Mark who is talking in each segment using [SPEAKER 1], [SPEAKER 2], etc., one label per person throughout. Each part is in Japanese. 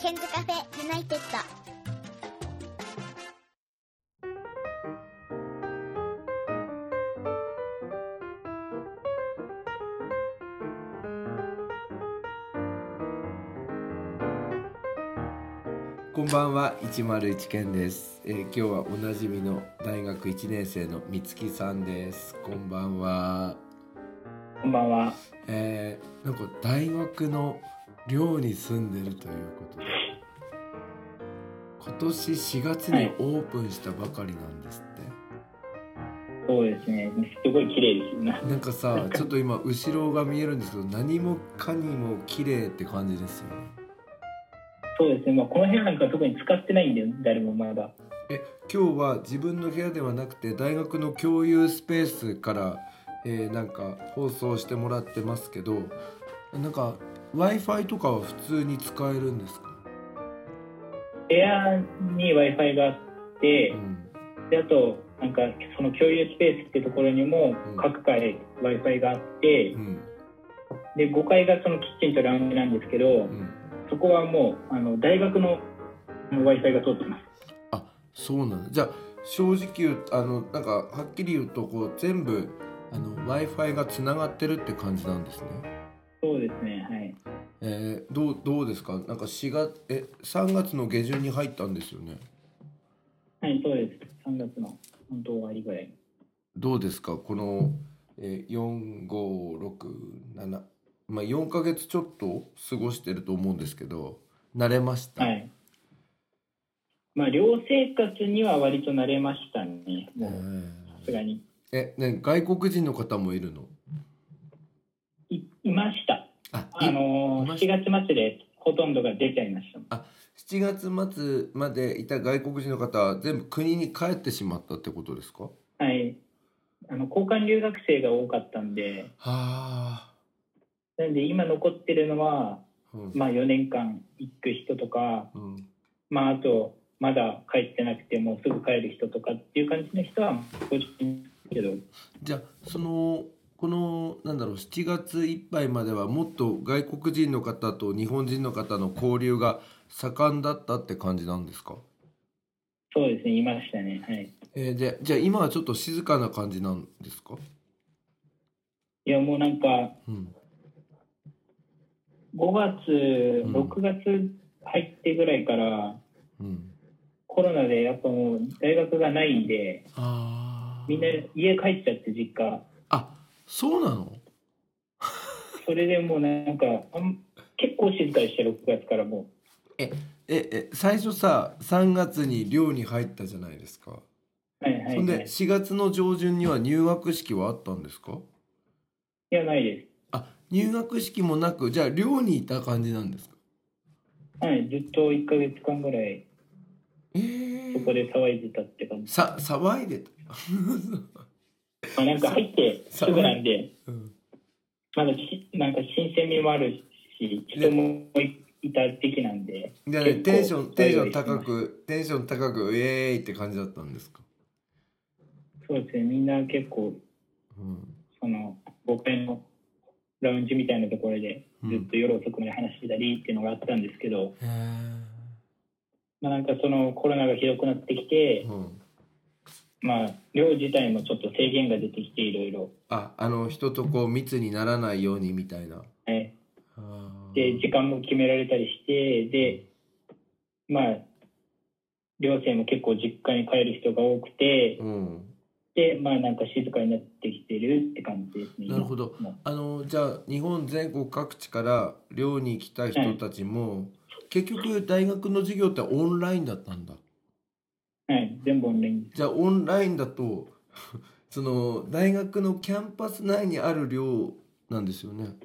[SPEAKER 1] ケンズカフェユナイテッド。
[SPEAKER 2] こんばんは101健です、えー今日はおなじみの大学1年生のみつきさんですこんばんは
[SPEAKER 3] こんばんは。
[SPEAKER 2] えー、なんか大学の寮に住んでるということで今年4月にオープンしたばかりなんですって、
[SPEAKER 3] そうですね。すごい綺麗ですよね。
[SPEAKER 2] なんかさちょっと今後ろが見えるんですけど何もかにも綺麗って感じですよね
[SPEAKER 3] そうですね。まあこの部屋なんか特に使ってないんで誰もまだ。
[SPEAKER 2] え今日は自分の部屋ではなくて大学の共有スペースから、えーなんか放送してもらってますけどなんか w i f i とかは普通に使えるんですか、
[SPEAKER 3] 部屋に Wi-Fi があって
[SPEAKER 2] う、ん、
[SPEAKER 3] であとなんかその共有スペースってところにも
[SPEAKER 2] うん
[SPEAKER 3] 各階 Wi-Fi があって
[SPEAKER 2] う、ん
[SPEAKER 3] で5階がそのキッチンとラウンジなんですけ
[SPEAKER 2] う
[SPEAKER 3] ど、
[SPEAKER 2] ん
[SPEAKER 3] そこはもうあの大学の Wi-Fi が通ってます。
[SPEAKER 2] そうなのじゃあ正直言うあのなんかはっきり言うとこう全部 w i f i がつながってるって感じなんですね。
[SPEAKER 3] そうですね。はい。
[SPEAKER 2] えー、どうどうですかなんか4月え3月の下旬に入ったんですよね。
[SPEAKER 3] はい、そうです。3月の本当終わりぐらい。
[SPEAKER 2] どうですかこの、えー、4567まあ4ヶ月ちょっと過ごしてると思うんですけど慣れました、
[SPEAKER 3] はい。まあ寮生活には割と慣れましたね。
[SPEAKER 2] え
[SPEAKER 3] もう。
[SPEAKER 2] ー
[SPEAKER 3] さすがに
[SPEAKER 2] えね外国人の方もいるの
[SPEAKER 3] いいました
[SPEAKER 2] あい
[SPEAKER 3] あの
[SPEAKER 2] い
[SPEAKER 3] ー、
[SPEAKER 2] ま
[SPEAKER 3] 7
[SPEAKER 2] し
[SPEAKER 3] 月末でほとんどが出ちゃいました
[SPEAKER 2] 7月末までいた外国人の方は全部国に帰ってしまったってことですかは
[SPEAKER 3] はいあの交換留学生が多かったんで
[SPEAKER 2] あ、
[SPEAKER 3] なんで今残ってるのは
[SPEAKER 2] うん
[SPEAKER 3] まあ4年間行く人とか
[SPEAKER 2] うん、
[SPEAKER 3] まああとまだ帰ってなくてもうすぐ帰る人とかっていう感じの人は個人けど
[SPEAKER 2] じゃあそのこのなんだろう7月いっぱいまではもっと外国人の方と日本人の方の交流が盛んだったって感じなんですか
[SPEAKER 3] そうですねいましたねはい
[SPEAKER 2] えー、でじゃあ今はちょっと静かな感じなんですか、
[SPEAKER 3] いやもうなんか
[SPEAKER 2] うん、
[SPEAKER 3] 5月
[SPEAKER 2] うん
[SPEAKER 3] 6月入ってぐらいから、
[SPEAKER 2] うん、
[SPEAKER 3] コロナでやっぱもう大学がないんで
[SPEAKER 2] あ
[SPEAKER 3] みんな家帰っちゃって実家
[SPEAKER 2] あそうなの
[SPEAKER 3] それでもうなんかあん結構静かにして6月からも
[SPEAKER 2] ええ最初さ3月に寮に入ったじゃないですか、
[SPEAKER 3] うはいはい
[SPEAKER 2] そん
[SPEAKER 3] は
[SPEAKER 2] で
[SPEAKER 3] い
[SPEAKER 2] 4月の上旬には入学式はあったんですか
[SPEAKER 3] いやないで
[SPEAKER 2] あ入学式もなくじゃあ寮にいた感じなんですか
[SPEAKER 3] すはいずっと1ヶ月間ぐらい
[SPEAKER 2] え
[SPEAKER 3] そこで騒いでたって感じ、
[SPEAKER 2] さ騒いでた、
[SPEAKER 3] まあ、なんか入ってすぐなんで
[SPEAKER 2] うん、
[SPEAKER 3] まだしなんか新鮮味もあるし人もいいた的なんで
[SPEAKER 2] じゃあね
[SPEAKER 3] 結構
[SPEAKER 2] テンションテンション
[SPEAKER 3] 騒いで
[SPEAKER 2] 高
[SPEAKER 3] ま
[SPEAKER 2] くテンション高くイエーイって感じだったんですか、
[SPEAKER 3] そうですねみんな結構
[SPEAKER 2] うん、
[SPEAKER 3] その5階のラウンジみたいなところでずっと夜遅くまで話してたりっていうのがあったんですけど、
[SPEAKER 2] へえ
[SPEAKER 3] まあ、なんかそのコロナがひどくなってきて、
[SPEAKER 2] うん
[SPEAKER 3] まあ、量自体もちょっと制限が出てきていろいろ、
[SPEAKER 2] ああの人とこう密にならないようにみたいな。
[SPEAKER 3] はい、
[SPEAKER 2] あー
[SPEAKER 3] で時間も決められたりしてでまあ寮生も結構実家に帰る人が多くて
[SPEAKER 2] うん、
[SPEAKER 3] でまあなんか静かになってきてるって感じですね。
[SPEAKER 2] なるほど
[SPEAKER 3] 今も
[SPEAKER 2] あのじゃあ日本全国各地から寮に来た人たちも、結局大学の授業ってオンラインだったんだ
[SPEAKER 3] はい、全部オンラインです
[SPEAKER 2] じゃあオンラインだと その大学のキャンパス内にある寮なんですよね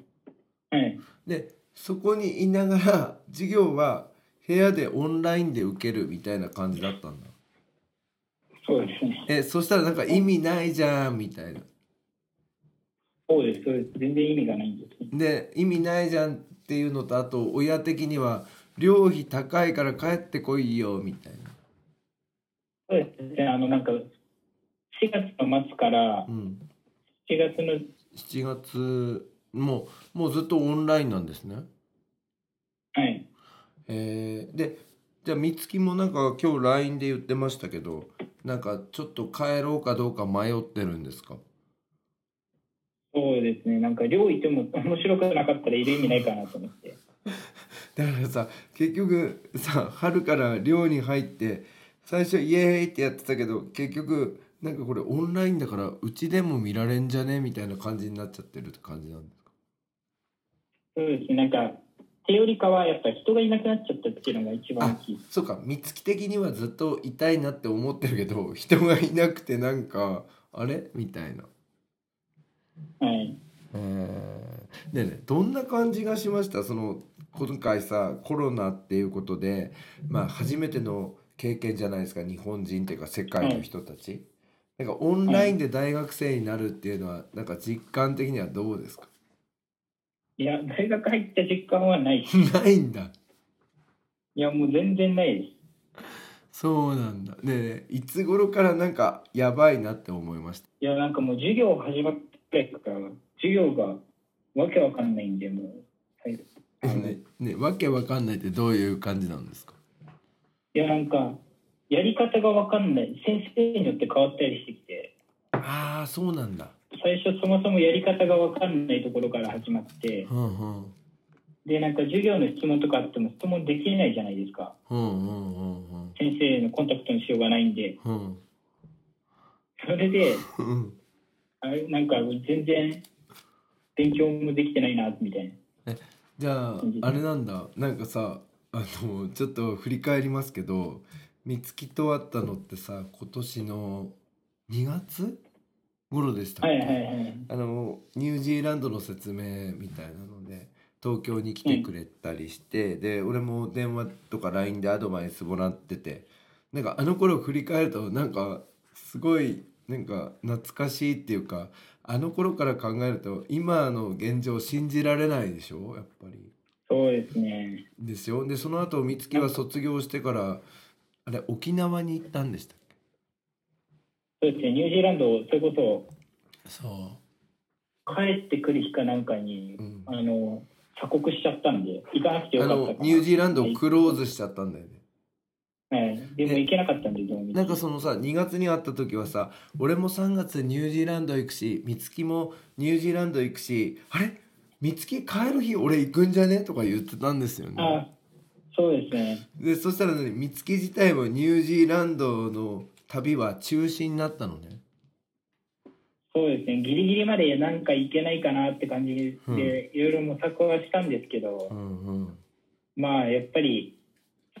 [SPEAKER 3] はい、
[SPEAKER 2] でそこにいながら授業は部屋でオンラインで受けるみたいな感じだったんだ
[SPEAKER 3] そうですね。
[SPEAKER 2] えそしたらなんか意味ないじゃんみたいな
[SPEAKER 3] そうです、そうです。全然意味がないんですね。
[SPEAKER 2] で意味ないじゃんっていうのとあと親的には寮費高いから帰ってこいよみたいな、
[SPEAKER 3] そうですね。あの、なんか、4月の末から
[SPEAKER 2] うん、
[SPEAKER 3] 7月の
[SPEAKER 2] 7月もうもうずっとオンラインなんですね
[SPEAKER 3] はい。
[SPEAKER 2] えーでじゃあ美月もなんか今日 LINE で言ってましたけどなんかちょっと帰ろうかどうか迷ってるんですか
[SPEAKER 3] そうですね、なんか寮いても面白くなかったらいる意味ないかなと思って。
[SPEAKER 2] だからさ結局さ春から寮に入って最初イエーイってやってたけど結局なんかこれオンラインだからうちでも見られんじゃねみたいな感じになっちゃってるって感じなんですか
[SPEAKER 3] そうですね、なんか、手よりかはやっぱ人がいなくなっちゃったっていうのが一番
[SPEAKER 2] あ
[SPEAKER 3] 大きい。
[SPEAKER 2] そうか美月的にはずっといたいなって思ってるけど人がいなくてなんかあれみたいな。
[SPEAKER 3] はい。
[SPEAKER 2] えーねえねえどんな感じがしましたその今回さコロナっていうことで、まあ、初めての経験じゃないですか日本人っていうか世界の人たち、なんかオンラインで大学生になるっていうのは、なんか実感的にはどうですか
[SPEAKER 3] いや、大学入った実感はないし、
[SPEAKER 2] ないんだ
[SPEAKER 3] いや、もう全然ないです。
[SPEAKER 2] そうなんだねえねえいつ頃からなんかやばいなって思いました
[SPEAKER 3] いや、なんかもう授業始まってから、授業がわけわかんないんで、もう、はい。い
[SPEAKER 2] ねねわけわかんないってどういう感じなんですか
[SPEAKER 3] や、なんか、やり方がわかんない。先生によって変わったりしてきて、
[SPEAKER 2] ああそうなんだ
[SPEAKER 3] 最初そもそもやり方がわかんないところから始まって、
[SPEAKER 2] うんうん
[SPEAKER 3] で、なんか授業の質問とかあっても質問できないじゃないですか。
[SPEAKER 2] うんうんうんうん
[SPEAKER 3] 先生のコンタクトにしようがないんで、
[SPEAKER 2] うん
[SPEAKER 3] それで、
[SPEAKER 2] うん
[SPEAKER 3] あれなんか全然勉強もできてないな、みたいな。
[SPEAKER 2] じゃあ
[SPEAKER 3] うん
[SPEAKER 2] あれなんだなんかさあのちょっと振り返りますけど美月と会ったのってさ今年の2月頃でしたっ
[SPEAKER 3] は
[SPEAKER 2] け
[SPEAKER 3] いはいはい。
[SPEAKER 2] あのニュージーランドの説明みたいなので東京に来てくれたりして、で俺も電話とか LINE でアドバイスもらっててなんかあの頃振り返るとなんかすごいなんか懐かしいっていうかあの頃から考えると今の現状信じられないでしょやっぱり。
[SPEAKER 3] そうですね。
[SPEAKER 2] ですよでその後美月は卒業してからあれ沖縄に行ったんでしたっ
[SPEAKER 3] そうですね。ニュージーランド、それこ
[SPEAKER 2] けそ
[SPEAKER 3] そ帰ってくる日かなんかに、
[SPEAKER 2] うん
[SPEAKER 3] あの、鎖国しちゃったんで、行かなくて
[SPEAKER 2] あ
[SPEAKER 3] よかった
[SPEAKER 2] の
[SPEAKER 3] かな
[SPEAKER 2] ニュージーランドをクローズしちゃったんだよね。
[SPEAKER 3] はい。でも
[SPEAKER 2] ね
[SPEAKER 3] 行けなかったんで、どう見て
[SPEAKER 2] なん
[SPEAKER 3] も。
[SPEAKER 2] かそのさ2月に会った時はさ俺も3月ニュージーランド行くし美月もニュージーランド行くしあれ美月帰る日俺行くんじゃねとか言ってたんですよね。
[SPEAKER 3] あそうですね。
[SPEAKER 2] でそしたらね美月自体もニュージーランドの旅は中止になったのね。
[SPEAKER 3] そうですね。ギリギリまでなんか行けないかなって感じで、
[SPEAKER 2] うん
[SPEAKER 3] いろいろ模索はしたんですけど
[SPEAKER 2] う、んうん、
[SPEAKER 3] まあ、やっぱり、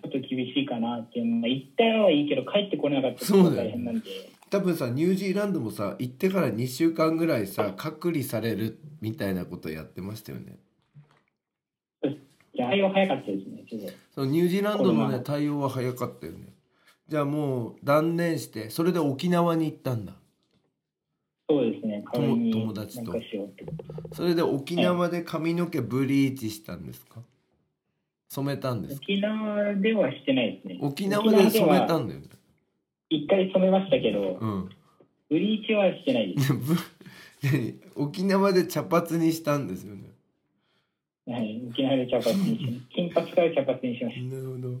[SPEAKER 3] ちょっと厳しいかなっていう、まあ、行ったのはいいけど、帰ってこれなかったっていうのが大変なんで。
[SPEAKER 2] 多分さニュージーランドもさ行ってから2週間ぐらいさ隔離されるみたいなことやってましたよね。
[SPEAKER 3] いや、対応早かったですね、すごい。
[SPEAKER 2] そのニュージーランドの
[SPEAKER 3] コロ
[SPEAKER 2] ね
[SPEAKER 3] ナ
[SPEAKER 2] 対応は早かったよね。じゃあもう断念してそれで沖縄に行ったんだ。
[SPEAKER 3] そうですね、代わりに
[SPEAKER 2] 友達と
[SPEAKER 3] なんかしようってこと。
[SPEAKER 2] それで沖縄で髪の毛ブリーチしたんですか染めたんですか
[SPEAKER 3] 沖縄ではしてないですね。
[SPEAKER 2] 沖縄で染めた
[SPEAKER 3] 沖縄では
[SPEAKER 2] んだよね
[SPEAKER 3] 一回染めましたけど、
[SPEAKER 2] うん
[SPEAKER 3] ブリーチはしてないで
[SPEAKER 2] ぶ何沖縄で茶髪にしたんですよね
[SPEAKER 3] す。はい、沖縄で茶髪にし金髪から茶髪にしまし
[SPEAKER 2] なるほど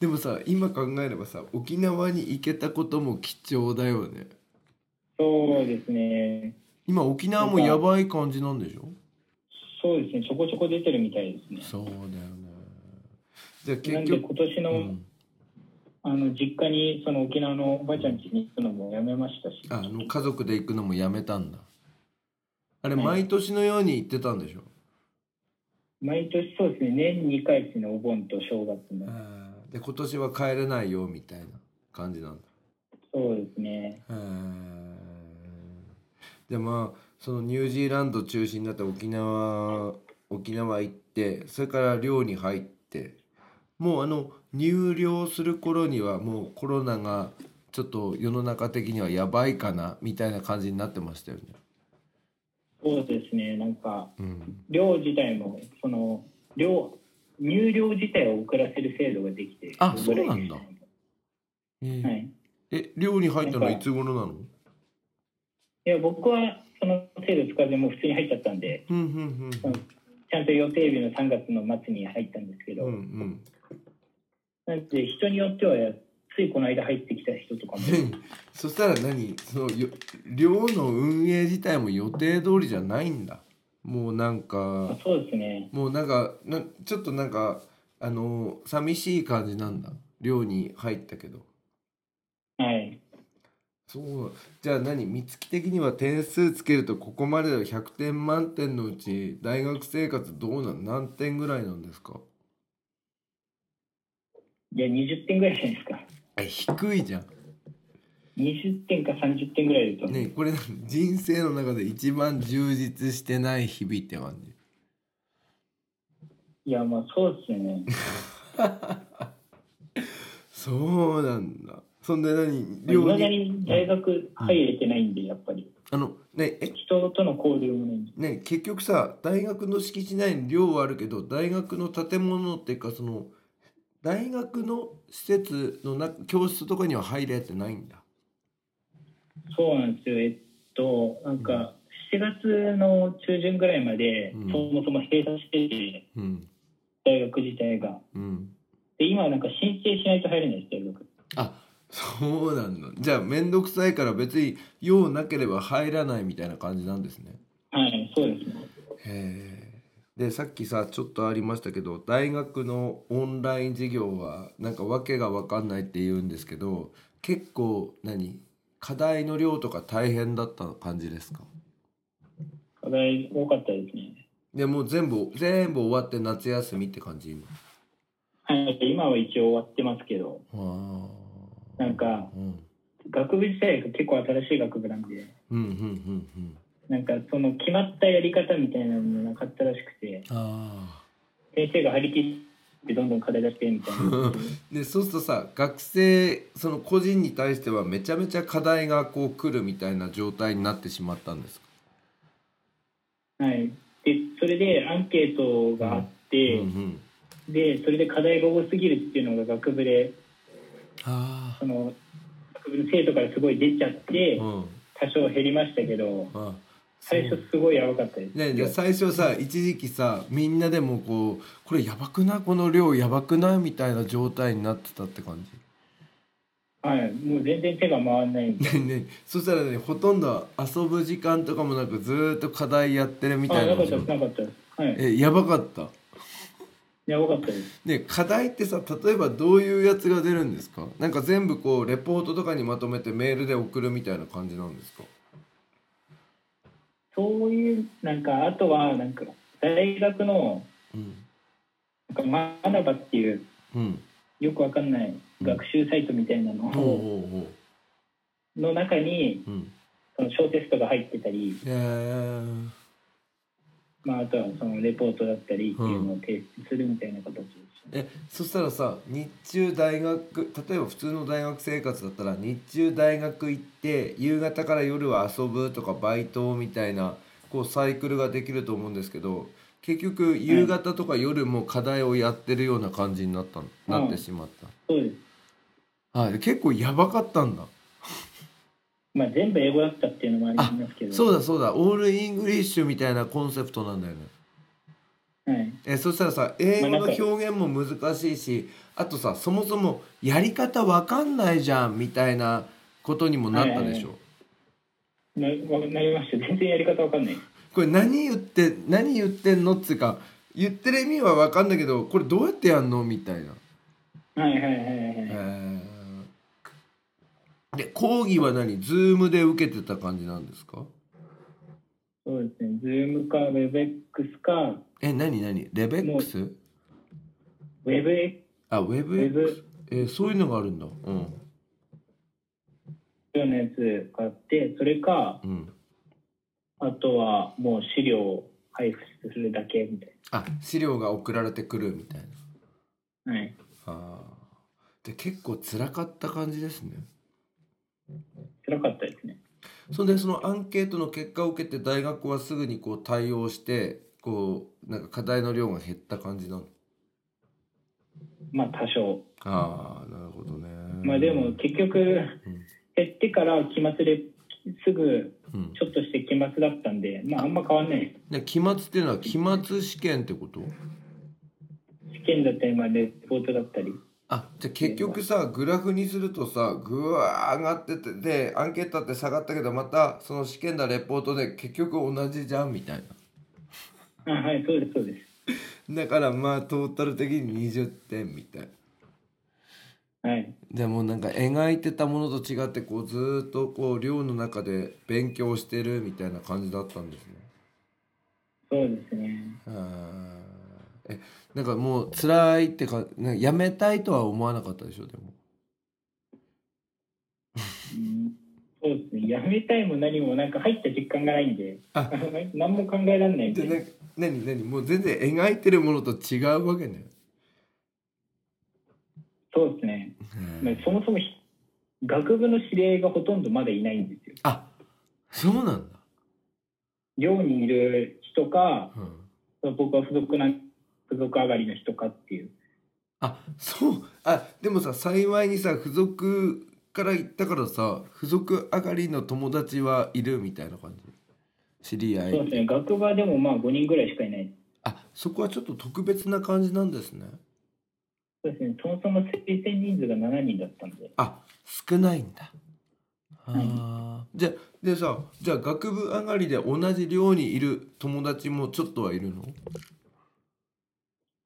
[SPEAKER 2] でもさ今考えればさ沖縄に行けたことも貴重だよね
[SPEAKER 3] た。そうですね。
[SPEAKER 2] 今沖縄もやばい感じなんでしょ
[SPEAKER 3] そうですね、ちょこちょこ出てるみたいですね。
[SPEAKER 2] そうだよねじゃあ
[SPEAKER 3] な
[SPEAKER 2] 結
[SPEAKER 3] んで
[SPEAKER 2] 局
[SPEAKER 3] 今年の,、
[SPEAKER 2] うん、
[SPEAKER 3] あの実家にその沖縄のおばあちゃん家に行くのもやめましたし、
[SPEAKER 2] ああの家族で行くのもやめたんだあれ
[SPEAKER 3] はい
[SPEAKER 2] 毎年のように行ってたんでしょ
[SPEAKER 3] 毎年そうですね、年2回ですね、お盆と正月の。
[SPEAKER 2] で今年は帰れないよみたいな感じなんだ。
[SPEAKER 3] そうですね。
[SPEAKER 2] でまあそのニュージーランド中心だった沖縄沖縄行ってそれから寮に入ってもうあの入寮する頃にはもうコロナがちょっと世の中的にはやばいかなみたいな感じになってましたよね。
[SPEAKER 3] そうですね、なんか、
[SPEAKER 2] うん、
[SPEAKER 3] 寮自体もその寮入寮自体を遅らせる制度ができて
[SPEAKER 2] あそうなんだ
[SPEAKER 3] は
[SPEAKER 2] え
[SPEAKER 3] い、い
[SPEAKER 2] え寮に入ったのはいつ頃なの
[SPEAKER 3] や僕はその制度使わずにもう普通に入っちゃったんで
[SPEAKER 2] うんうん
[SPEAKER 3] ちゃんと予定日の3月の末に入ったんですけ
[SPEAKER 2] うん
[SPEAKER 3] ど、
[SPEAKER 2] うんうん
[SPEAKER 3] なんで人によってはついこの間入ってきた人とかも
[SPEAKER 2] そしたら何そのよ寮の運営自体も予定通りじゃないんだもうなんか
[SPEAKER 3] そうですね
[SPEAKER 2] もうなんかなちょっとなんかあの寂しい感じなんだ寮に入ったけど
[SPEAKER 3] はい
[SPEAKER 2] そうじゃあ何美月的には点数つけるとここまでの100点満点のうち大学生活どうなん何点ぐらいなんですか
[SPEAKER 3] いや20点ぐらいじゃないですか
[SPEAKER 2] え低いじゃん
[SPEAKER 3] 20点か30点ぐらいだと、
[SPEAKER 2] ねえこれ何人生の中で一番充実してない日々って感じ
[SPEAKER 3] いやまあそうですよ ね
[SPEAKER 2] そうなんだそんで何
[SPEAKER 3] いま
[SPEAKER 2] 寮
[SPEAKER 3] だ
[SPEAKER 2] に
[SPEAKER 3] に大学入れてないんでやっぱり
[SPEAKER 2] あのねえ
[SPEAKER 3] 人との交流もないんで
[SPEAKER 2] ね結局さ大学の敷地内に寮はあるけど大学の建物っていうかその大学の施設のな教室とかには入れてないんだ
[SPEAKER 3] そうなんですよえっとなんか7月の中旬ぐらいまで、
[SPEAKER 2] うん
[SPEAKER 3] そもそも閉鎖してて
[SPEAKER 2] うん
[SPEAKER 3] 大学自体が
[SPEAKER 2] うん
[SPEAKER 3] で今はなんか申請しないと入れないです大学
[SPEAKER 2] あそうなんだじゃあ面倒くさいから別に用なければ入らないみたいな感じなんですね
[SPEAKER 3] はいそうですね
[SPEAKER 2] へえでさっきさちょっとありましたけど大学のオンライン授業はなんか訳が分かんないって言うんですけど結構何課題の量とか大変だった感じですか
[SPEAKER 3] 課題多かったですね
[SPEAKER 2] でもう全部全部終わって夏休みって感じ今
[SPEAKER 3] はい今は一応終わってますけど
[SPEAKER 2] ああ
[SPEAKER 3] なんか
[SPEAKER 2] うん
[SPEAKER 3] 学部自体が結構新しい学部なんで
[SPEAKER 2] うんうんうんうん
[SPEAKER 3] なんかその決まったやり方みたいなのもなかったらしくて
[SPEAKER 2] ああ
[SPEAKER 3] 先生が張り切ってどんどん課題出してみたいな
[SPEAKER 2] でそうするとさ学生その個人に対してはめちゃめちゃ課題がこう来るみたいな状態になってしまったんですか
[SPEAKER 3] はいでそれでアンケートがあって、
[SPEAKER 2] うんうん、
[SPEAKER 3] でそれで課題が多すぎるっていうのが学部で
[SPEAKER 2] あ
[SPEAKER 3] その学部の生徒からすごい出ちゃって
[SPEAKER 2] うん
[SPEAKER 3] 多少減りましたけど
[SPEAKER 2] あ
[SPEAKER 3] 最初すごいやばかったです、
[SPEAKER 2] ねで最初さ一時期さみんなでもこうこれやばくないこの量やばくないみたいな状態になってたって感
[SPEAKER 3] はい、もう全然手が回らないんで
[SPEAKER 2] じ ねねそしたらねほとんど遊ぶ時間とかもなくずーっと課題やってるみた
[SPEAKER 3] あ
[SPEAKER 2] い
[SPEAKER 3] な
[SPEAKER 2] な
[SPEAKER 3] かったですなかったですはい
[SPEAKER 2] えやばかった
[SPEAKER 3] やばかったです
[SPEAKER 2] ね課題ってさ例えばどういうやつが出るんですかなんか全部こうレポートとかにまとめてメールで送るみたいな感じなんですか
[SPEAKER 3] そういうなんかあとはなんか大学の
[SPEAKER 2] うん
[SPEAKER 3] なんか学ばっていう
[SPEAKER 2] うん
[SPEAKER 3] よくわかんない学習サイトみたいなの
[SPEAKER 2] ほう
[SPEAKER 3] を
[SPEAKER 2] ほうほ
[SPEAKER 3] の中に
[SPEAKER 2] ううん
[SPEAKER 3] その小テストが入ってたり、
[SPEAKER 2] えー、
[SPEAKER 3] まあ、あとはそのレポートだったりっていうのを提出するみたいな形でした、
[SPEAKER 2] えそしたらさ日中大学例えば普通の大学生活だったら日中大学行って夕方から夜は遊ぶとかバイトみたいなこうサイクルができると思うんですけど結局夕方とか夜も課題をやってるような感じになったの、
[SPEAKER 3] うん
[SPEAKER 2] なってしまっ
[SPEAKER 3] そうです
[SPEAKER 2] た、はい、結構やばかったんだ
[SPEAKER 3] まあ全部英語だったっていうのもありますけど
[SPEAKER 2] そうだそうだオールイングリッシュみたいなコンセプトなんだよね
[SPEAKER 3] はい
[SPEAKER 2] えそしたらさ英語の
[SPEAKER 3] まあなん
[SPEAKER 2] 表
[SPEAKER 3] か
[SPEAKER 2] 現も難しいしあとさそもそもやり方わかんないじゃんみたいなことにもなったでしょ、
[SPEAKER 3] なわなりました全然やり方わかんない
[SPEAKER 2] これ何言って何言ってんのっつうか言ってる意味はわかんだけどこれどうやってやんのみたいな、
[SPEAKER 3] はいはいはいはい、
[SPEAKER 2] えーで講義は何ズームで受けてた感じなんですか
[SPEAKER 3] そうですね Zoom か WebX か
[SPEAKER 2] え何何レベックス
[SPEAKER 3] WebX
[SPEAKER 2] あウェブ
[SPEAKER 3] Web
[SPEAKER 2] えーそういうのがあるんだうん
[SPEAKER 3] のやつ買ってそれか
[SPEAKER 2] うん
[SPEAKER 3] あとはもう資料を配布するだけみたい
[SPEAKER 2] あ資料が送られてくるみたいな
[SPEAKER 3] なはい
[SPEAKER 2] あーで結構辛かった感じですね
[SPEAKER 3] 辛かったですね
[SPEAKER 2] それでそのアンケートの結果を受けて大学はすぐにこう対応してこうなんか課題の量が減った感じなの
[SPEAKER 3] まあ多少
[SPEAKER 2] ああなるほどね
[SPEAKER 3] まあでも結局減ってから期末ですぐ
[SPEAKER 2] うん
[SPEAKER 3] ちょっとして期末だったんでまああんま変わんないで
[SPEAKER 2] で期末っていうのは期末試験ってこと
[SPEAKER 3] す試験だったりまあレポートだったり
[SPEAKER 2] あじゃあ結局さグラフにするとさぐわー上がっててでアンケートだって下がったけどまたその試験だレポートで結局同じじゃんみたい
[SPEAKER 3] あはいそうですそうです
[SPEAKER 2] なだからまあトータル的に20点みたいな
[SPEAKER 3] はい
[SPEAKER 2] でもなんか描いてたものと違ってこうずーっとこう寮の中で勉強してるみたいな感じだったんですね
[SPEAKER 3] そうですね
[SPEAKER 2] あーえなんかもう辛いってかなんかやめたいとは思わなかったでしょでも
[SPEAKER 3] うんそうですねやめたいも何もなんか入った実感がないんで
[SPEAKER 2] あ
[SPEAKER 3] 何も考えられないみた
[SPEAKER 2] で
[SPEAKER 3] いな
[SPEAKER 2] な何何もう全然描いてるものと違うわけね
[SPEAKER 3] そうですね、まあ、そもそもひ学部の指令がほとんどまだいないんですよ
[SPEAKER 2] あそうなんだ、
[SPEAKER 3] 寮にいる人か
[SPEAKER 2] うん、
[SPEAKER 3] 僕は付属な付属上がりの人かっていう
[SPEAKER 2] あそうあでもさ幸いにさ付属から行ったからさ付属上がりの友達はいるみたいな感じ知り合
[SPEAKER 3] そうです
[SPEAKER 2] い
[SPEAKER 3] ね学部はでもまあ5人ぐらいしかいない
[SPEAKER 2] あそこはちょっと特別な感じなんですね
[SPEAKER 3] そうですねそもそも推薦人数が7人だったんで
[SPEAKER 2] あ少ないんだあ
[SPEAKER 3] い
[SPEAKER 2] ーじゃでさじゃあ学部上がりで同じ寮にいる友達もちょっとはいるの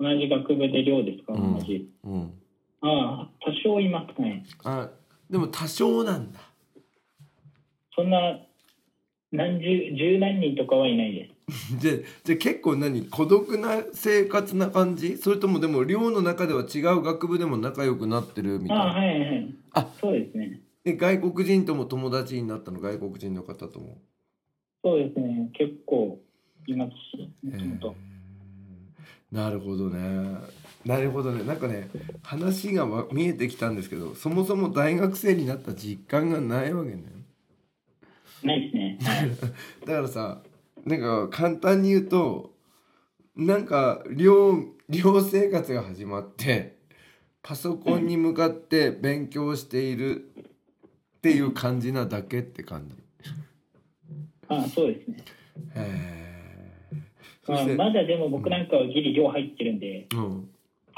[SPEAKER 3] 同じ学部で寮ですか
[SPEAKER 2] うん
[SPEAKER 3] 同じ、
[SPEAKER 2] うん
[SPEAKER 3] ああ多少いますね
[SPEAKER 2] あでも多少なんだ
[SPEAKER 3] そんな何十十何人とかはいないです
[SPEAKER 2] じゃじゃあ結構何孤独な生活な感じそれともでも寮の中では違う学部でも仲良くなってるみたい
[SPEAKER 3] ああ
[SPEAKER 2] な
[SPEAKER 3] はいはいはい
[SPEAKER 2] あ
[SPEAKER 3] そうですね
[SPEAKER 2] え外国人とも友達になったの外国人の方とも
[SPEAKER 3] そうですね結構いますしもともと
[SPEAKER 2] なるほどねなるほどねなんかね話がわ見えてきたんですけどそもそも大学生になった実感がないわけね
[SPEAKER 3] ないで すねはい
[SPEAKER 2] だからさなんか簡単に言うとなんか寮寮生活が始まってパソコンに向かって勉強しているっていう感じなだけって感じ。
[SPEAKER 3] ああそうですね、
[SPEAKER 2] へーそ
[SPEAKER 3] まあ
[SPEAKER 2] して、、
[SPEAKER 3] まだでも僕なんかはギリ寮入ってるんで
[SPEAKER 2] うん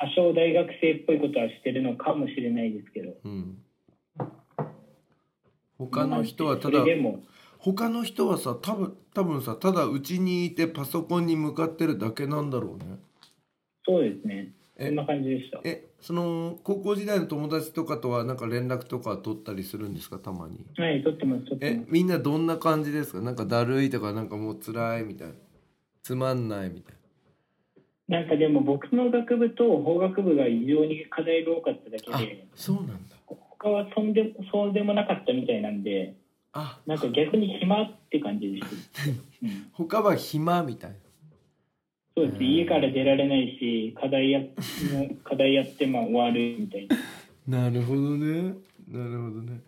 [SPEAKER 3] 多少大学生っぽいことはしてるのかもしれないですけど
[SPEAKER 2] うん。他の人はただ
[SPEAKER 3] それでも
[SPEAKER 2] 他の人はさ多分多分さただうちにいてパソコンに向かってるだけなんだろうね。
[SPEAKER 3] そうですね
[SPEAKER 2] え
[SPEAKER 3] そんな感じでした
[SPEAKER 2] えその高校時代の友達とかとはなんか連絡とか取ったりするんですかたまに
[SPEAKER 3] はい撮ってます撮って
[SPEAKER 2] え
[SPEAKER 3] ます
[SPEAKER 2] みんなどんな感じですかなんかだるいとかなんかもう辛いみたいなつまんないみたい
[SPEAKER 3] なんかでも僕の学部と法学部が異常に課題が多かっただ
[SPEAKER 2] なあ
[SPEAKER 3] けで
[SPEAKER 2] そうなんだ
[SPEAKER 3] 他はそんでもそうでもなかったみたいなんで
[SPEAKER 2] あ
[SPEAKER 3] なんか逆に暇って感じ でした、うん
[SPEAKER 2] 他は暇みたいな
[SPEAKER 3] そうですね家から出られないし課題やも う課題やってまあ終わるみたい
[SPEAKER 2] な
[SPEAKER 3] な
[SPEAKER 2] るほどねなるほどね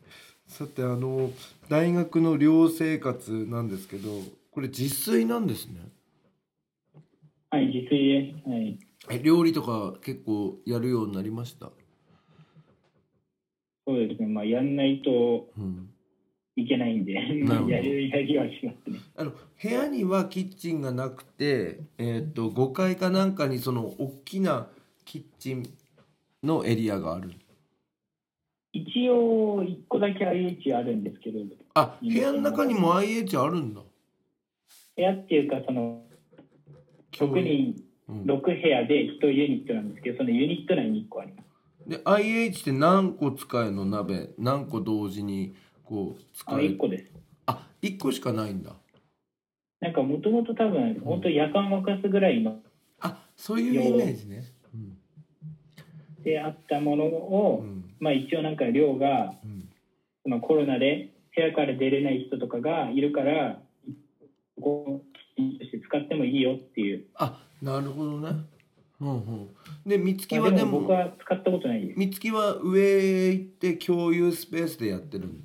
[SPEAKER 2] さてあの大学の寮生活なんですけどこれ自炊なんですね
[SPEAKER 3] はい自炊ですはい
[SPEAKER 2] え料理とか結構やるようになりました
[SPEAKER 3] そうですねまあやんないと
[SPEAKER 2] うん
[SPEAKER 3] いけないんで
[SPEAKER 2] なるほど
[SPEAKER 3] やるやりはしますね
[SPEAKER 2] あの部屋にはキッチンがなくて、えーっと5階かなんかにその大きなキッチンのエリアがある
[SPEAKER 3] 一応一個だけ IH あるんですけど部
[SPEAKER 2] あ部屋の中にも IH あるんだ
[SPEAKER 3] 屋っていうかその
[SPEAKER 2] 共
[SPEAKER 3] 6
[SPEAKER 2] 有
[SPEAKER 3] 人
[SPEAKER 2] うん
[SPEAKER 3] 6部屋で1ユニットなんですけどそのユニット内に1個あります
[SPEAKER 2] で IH って何個使えの鍋何個同時にこう使
[SPEAKER 3] あ
[SPEAKER 2] え
[SPEAKER 3] 1個です
[SPEAKER 2] あ一1個しかないんだ
[SPEAKER 3] なんかもともと多分本当夜間沸かすぐらいの
[SPEAKER 2] あそういうイメージねうん
[SPEAKER 3] であったものを、
[SPEAKER 2] うん
[SPEAKER 3] まあ一応なんか寮が
[SPEAKER 2] うん
[SPEAKER 3] そのコロナで部屋から出れない人とかがいるからここを基地として使ってもいいよっていう
[SPEAKER 2] あなるほどねうんうんで美月
[SPEAKER 3] まあ
[SPEAKER 2] は
[SPEAKER 3] で
[SPEAKER 2] で
[SPEAKER 3] も僕
[SPEAKER 2] も
[SPEAKER 3] は使ったことないです
[SPEAKER 2] 美月は上へ行って共有スペースでやってるん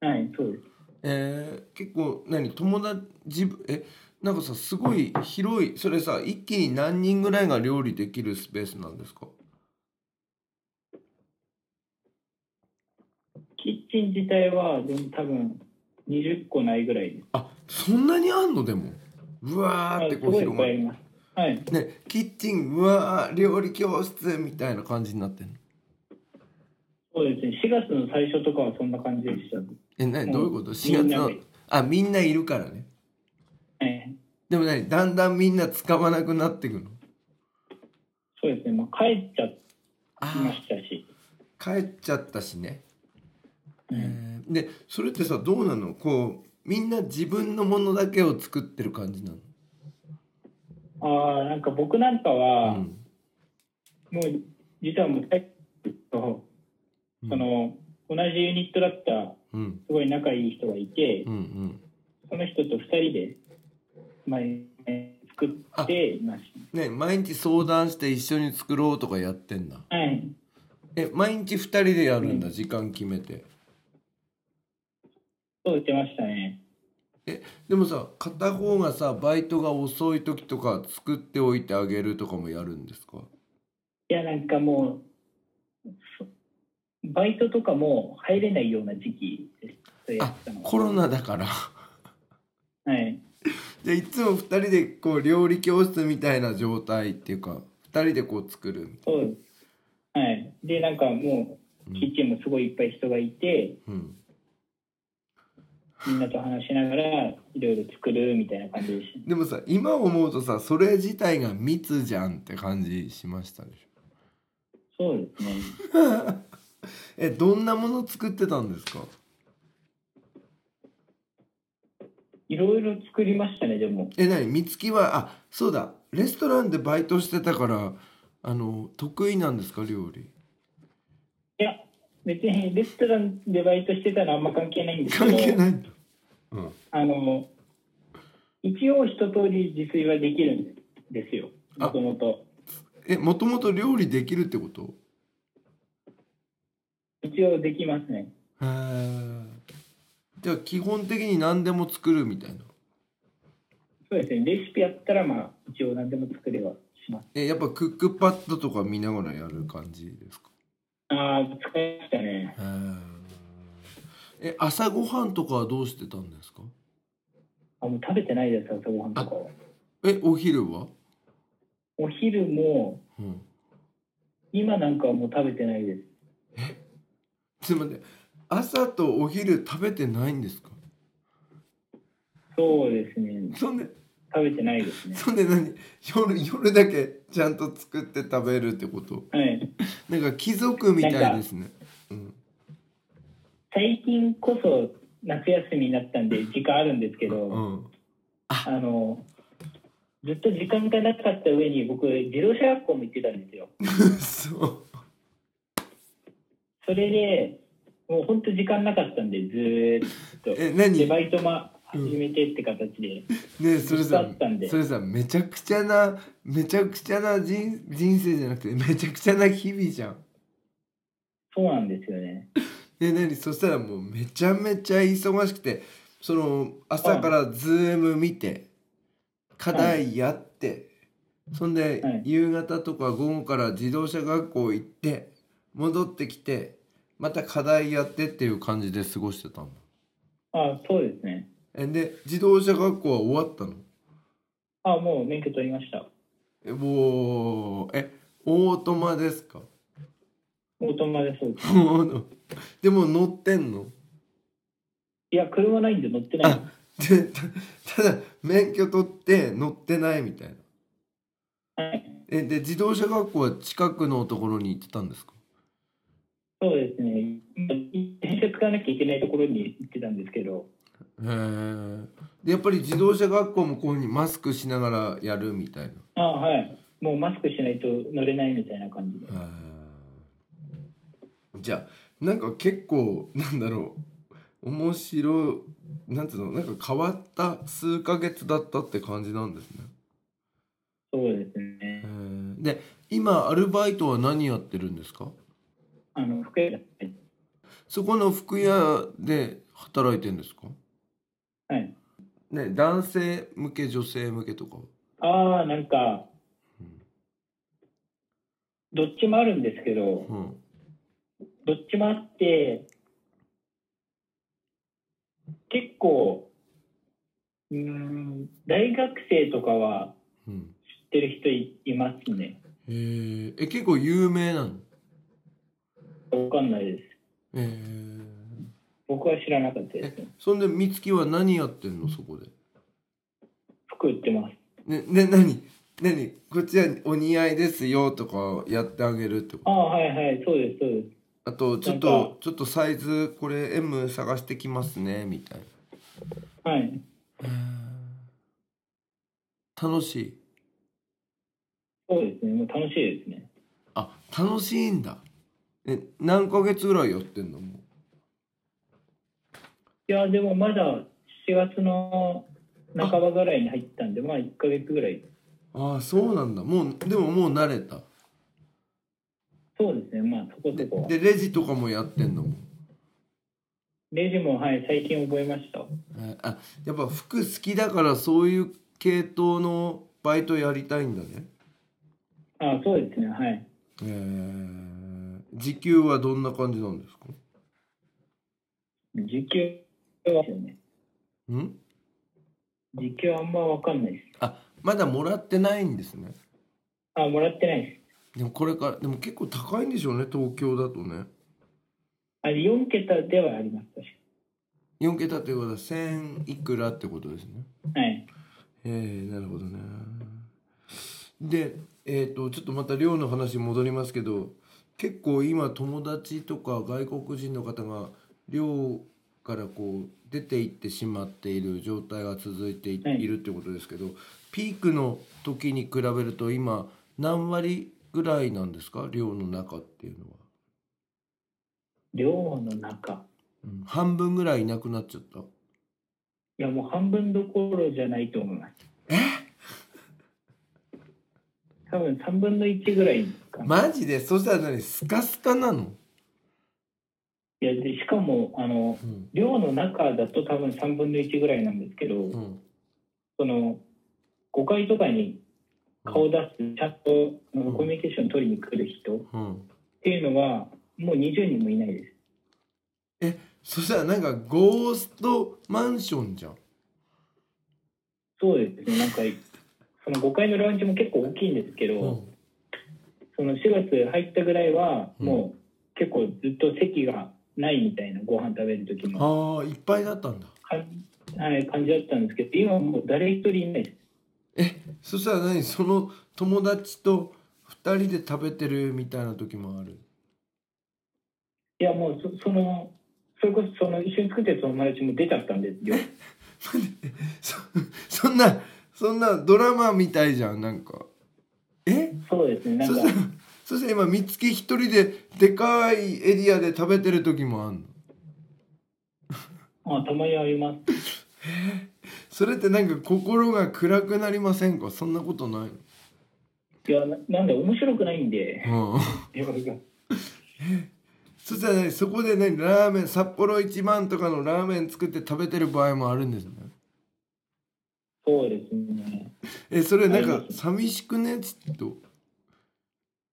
[SPEAKER 2] だ
[SPEAKER 3] はいそうです
[SPEAKER 2] えー、結構何友達自分えなんかさすごい広いそれさ一気に何人ぐらいが料理できるスペースなんですか
[SPEAKER 3] キッチン自体はでも多分20個ないぐらいです
[SPEAKER 2] あそんなにあんのでもうわー
[SPEAKER 3] あ
[SPEAKER 2] って
[SPEAKER 3] す
[SPEAKER 2] こう
[SPEAKER 3] ごいいっ
[SPEAKER 2] 広
[SPEAKER 3] ぱ
[SPEAKER 2] が
[SPEAKER 3] いあり
[SPEAKER 2] る
[SPEAKER 3] ますはい
[SPEAKER 2] ねキッチンうわー料理教室みたいな感じになってる
[SPEAKER 3] そうですね4月の最初とかはそんな感じでした、
[SPEAKER 2] えな
[SPEAKER 3] うん
[SPEAKER 2] どういうこと4月
[SPEAKER 3] みんな
[SPEAKER 2] の
[SPEAKER 3] がいる
[SPEAKER 2] あみんないるからね
[SPEAKER 3] ええ
[SPEAKER 2] でも何だんだんみんな使わなくなってくの
[SPEAKER 3] そうですね、まあ、帰っちゃいま
[SPEAKER 2] あ
[SPEAKER 3] した
[SPEAKER 2] ー
[SPEAKER 3] し、
[SPEAKER 2] 帰っちゃったしね、
[SPEAKER 3] うん
[SPEAKER 2] えーでそれってさどうなのこうみんな自分のものだけを作ってる感じなの
[SPEAKER 3] ああなんか僕なんかは、
[SPEAKER 2] うん
[SPEAKER 3] もう実はもう帰ってくると、その同じユニットだった
[SPEAKER 2] うん
[SPEAKER 3] すごい仲いい人がいて、
[SPEAKER 2] うんうん
[SPEAKER 3] その人と2人で、まあ、作っていまし
[SPEAKER 2] ね毎日相談して一緒に作ろうとかやってんだ
[SPEAKER 3] た。はい
[SPEAKER 2] え毎日2人でやるんだ、
[SPEAKER 3] う
[SPEAKER 2] 時間決めて
[SPEAKER 3] そう言ってましたね。
[SPEAKER 2] でもさ片方がさバイトが遅い時とか作っておいてあげるとかもやるんですか
[SPEAKER 3] いや、なんかもう、バイトとかも入れないような時期です。それや
[SPEAKER 2] あ
[SPEAKER 3] ってたのは。
[SPEAKER 2] コロナだから
[SPEAKER 3] はい。
[SPEAKER 2] じゃあいつも2人でこう料理教室みたいな状態っていうか2人でこう作る
[SPEAKER 3] そうです。はい。で、なんかもう、キッチンもすごいいっぱい人がいて、
[SPEAKER 2] うん
[SPEAKER 3] みんなと話しながら、いろいろ作るみたいな感じでした。
[SPEAKER 2] でもさ今思うとさそれ自体が密じゃんって感じしましたでしょ
[SPEAKER 3] そうですね。
[SPEAKER 2] えどんなもの作ってたんですか
[SPEAKER 3] いろいろ作りましたね、でも。
[SPEAKER 2] え何美月はあそうだレストランでバイトしてたからあの得意なんですか料理
[SPEAKER 3] いや、別にレストランでバイトしてたのはあんま関係ないんですけ
[SPEAKER 2] 関
[SPEAKER 3] ど、
[SPEAKER 2] 係ないんだうん
[SPEAKER 3] あの、一応一通り自炊はできるんですよ、
[SPEAKER 2] あ
[SPEAKER 3] もともと。
[SPEAKER 2] えもともと料理できるってこと
[SPEAKER 3] 一応できますね。
[SPEAKER 2] へえじゃあ基本的に何でも作るみたいな
[SPEAKER 3] そうですね、レシピやったら、まあ、一応何でも作れはします。
[SPEAKER 2] えやっぱクックパッドとか見ながらやる感じですか
[SPEAKER 3] ああ、使いましたね。
[SPEAKER 2] へええ朝ごはんとかはどうしてたんですか
[SPEAKER 3] あもう食べてないです、朝ごはんとかは。
[SPEAKER 2] えお昼は、
[SPEAKER 3] お昼も、
[SPEAKER 2] うん、
[SPEAKER 3] 今なんかはもう食べてないです。
[SPEAKER 2] ちょっと待って朝とお昼食べてないんですか
[SPEAKER 3] そうですね、
[SPEAKER 2] そんで
[SPEAKER 3] 食べてないですね。
[SPEAKER 2] そんで何夜夜だけちゃんと作って食べるってこと
[SPEAKER 3] はい、
[SPEAKER 2] なんか貴族みたいですねうん
[SPEAKER 3] 最近こそ夏休みになったんで、時間あるんですけど、
[SPEAKER 2] うん
[SPEAKER 3] あの、ずっと時間がなかった上に、僕、自動車学校も行ってたんですよ。
[SPEAKER 2] そう
[SPEAKER 3] それで、もう本当時間なかったんで、ずーっと。
[SPEAKER 2] え
[SPEAKER 3] で、
[SPEAKER 2] 何
[SPEAKER 3] バイトも始めてって形で、
[SPEAKER 2] ねそれ
[SPEAKER 3] ずっとあ
[SPEAKER 2] さ
[SPEAKER 3] ったんで
[SPEAKER 2] それさめちゃくちゃなめちゃくちゃな人人生じゃなくてめちゃくちゃな日々じゃん
[SPEAKER 3] そうなんですよね。
[SPEAKER 2] で何そしたらもうめちゃめちゃ忙しくてその朝からズーム見て課題やって、そんで
[SPEAKER 3] はい
[SPEAKER 2] 夕方とか午後から自動車学校行って戻ってきてまた課題やってっていう感じで過ごしてたの
[SPEAKER 3] あそうですね。
[SPEAKER 2] えで自動車学校は終わったの
[SPEAKER 3] あもう免許取りました。
[SPEAKER 2] えもうえオートマですか
[SPEAKER 3] オートマでそうです。
[SPEAKER 2] でも乗ってんの
[SPEAKER 3] いや、車ないんで乗ってない。
[SPEAKER 2] でたただ免許取って乗ってないみたいな
[SPEAKER 3] はい。
[SPEAKER 2] えで自動車学校は近くのところに行ってたんですか
[SPEAKER 3] そうですね。電車使わなきゃいけないところに行ってたんですけど、
[SPEAKER 2] へえでやっぱり自動車学校もこういうふうにマスクしながらやるみたいな
[SPEAKER 3] あはい。もうマスクしないと乗れないみたいな感じで。
[SPEAKER 2] へえじゃあなんか結構なんだろう面白いなんつうのなんか変わった数ヶ月だったって感じなんですね
[SPEAKER 3] そうです
[SPEAKER 2] へえ
[SPEAKER 3] ね。
[SPEAKER 2] で今アルバイトは何やってるんですか
[SPEAKER 3] あの、福屋
[SPEAKER 2] そこの服屋で働いてるんですか
[SPEAKER 3] はい。
[SPEAKER 2] ね男性向け女性向けとか
[SPEAKER 3] ああ、なんか、どっちもあるんですけど、
[SPEAKER 2] うん
[SPEAKER 3] どっちもあって、結構、うーん、大学生とかは
[SPEAKER 2] うん
[SPEAKER 3] 知ってる人いいますね。
[SPEAKER 2] へええ結構有名なの
[SPEAKER 3] わかんないです
[SPEAKER 2] えー
[SPEAKER 3] 僕は知らなかったです
[SPEAKER 2] え
[SPEAKER 3] ね。
[SPEAKER 2] そんで美月は何やってんのそこで
[SPEAKER 3] 服売ってます。
[SPEAKER 2] ねね何何こっちはお似合いですよとかやってあげるってこと
[SPEAKER 3] ああ、はいはい、そうです、そうです。
[SPEAKER 2] あとちょっ
[SPEAKER 3] なんか
[SPEAKER 2] とちょっとサイズこれ M 探してきますねみたい
[SPEAKER 3] はい。
[SPEAKER 2] な楽しい
[SPEAKER 3] そうですね。もう楽しいですね。
[SPEAKER 2] あ楽しいんだえ何ヶ月ぐらいやってんのも
[SPEAKER 3] いや、でもまだ7月の半ばぐらいに入ったんで、まあ1ヶ月ぐらい。
[SPEAKER 2] うああそうなんだもうでももう慣れた
[SPEAKER 3] そうですね。まあそこそ
[SPEAKER 2] で
[SPEAKER 3] こは。
[SPEAKER 2] でレジとかもやってんのも
[SPEAKER 3] レジも、はい、最近覚えました。
[SPEAKER 2] えーあやっぱ服好きだからそういう系統のバイトやりたいんだね
[SPEAKER 3] ああ、そうですね。はい。
[SPEAKER 2] えー時給はどんな感じなんですか
[SPEAKER 3] 時給はですよね。
[SPEAKER 2] ん
[SPEAKER 3] 時給あんまわかんないです。
[SPEAKER 2] あまだもらってないんですね
[SPEAKER 3] ああ、もらってないです。
[SPEAKER 2] でもこれからでも結構高いんでしょうね東京だとね
[SPEAKER 3] あ4桁ではあります。確
[SPEAKER 2] 4桁ということは1000いくらってことですね
[SPEAKER 3] かはい。
[SPEAKER 2] えー、なるほどねでえっ、とちょっとまた寮の話に戻りますけど結構今友達とか外国人の方が寮からこう出ていってしまっている状態が続いてい,、
[SPEAKER 3] はい
[SPEAKER 2] るってことですけどピークの時に比べると今何割ぐらいなんですか寮の中っていうのは、
[SPEAKER 3] 寮の中。
[SPEAKER 2] うん半分ぐらいいなくなっちゃった
[SPEAKER 3] いや、もう半分どころじゃないと思います。え多分3分の1ぐらいかな。
[SPEAKER 2] マジでそしたら何スカスカなの、
[SPEAKER 3] いやでしかもあの
[SPEAKER 2] うん
[SPEAKER 3] 寮の中だと多分3分の1ぐらいなんですけど、
[SPEAKER 2] うん
[SPEAKER 3] その5階とかに顔出すちゃんとあの
[SPEAKER 2] うん
[SPEAKER 3] コミュニケーション取りに来る人っ
[SPEAKER 2] うん、
[SPEAKER 3] ていうのはもう20人もいないです
[SPEAKER 2] そしたらなんかゴーストマンションじゃん。
[SPEAKER 3] そうですねなんかその5階のラウンジも結構大きいんですけど、
[SPEAKER 2] うん
[SPEAKER 3] その4月入ったぐらいは
[SPEAKER 2] うん
[SPEAKER 3] もう結構ずっと席がないみたいなご飯食べる時も
[SPEAKER 2] ああいっぱいだったんだ。
[SPEAKER 3] かんはい感じだったんですけど今はもう誰一人いないです
[SPEAKER 2] そしたら何その友達と二人で食べてるみたいな時もある。
[SPEAKER 3] いやもうそそのそれこそその一緒に作ってた友達も出ちゃったんですよ。
[SPEAKER 2] そそんなそんなドラマみたいじゃんなんか。え
[SPEAKER 3] そうですね。な
[SPEAKER 2] そ
[SPEAKER 3] ん か
[SPEAKER 2] したらそしたら今美月一人ででかいエリアで食べてる時もあるの。
[SPEAKER 3] あたまにあります。
[SPEAKER 2] それってなんか心が暗くなりませんかそんなことない
[SPEAKER 3] いやななんで面白くない んで。
[SPEAKER 2] の、うん
[SPEAKER 3] いやいや
[SPEAKER 2] そしたらねそこでねラーメン札幌一番とかのラーメン作って食べてる場合もあるんですね
[SPEAKER 3] そうですね。
[SPEAKER 2] えそれなん
[SPEAKER 3] あ
[SPEAKER 2] か
[SPEAKER 3] ります
[SPEAKER 2] 寂しくねちょっと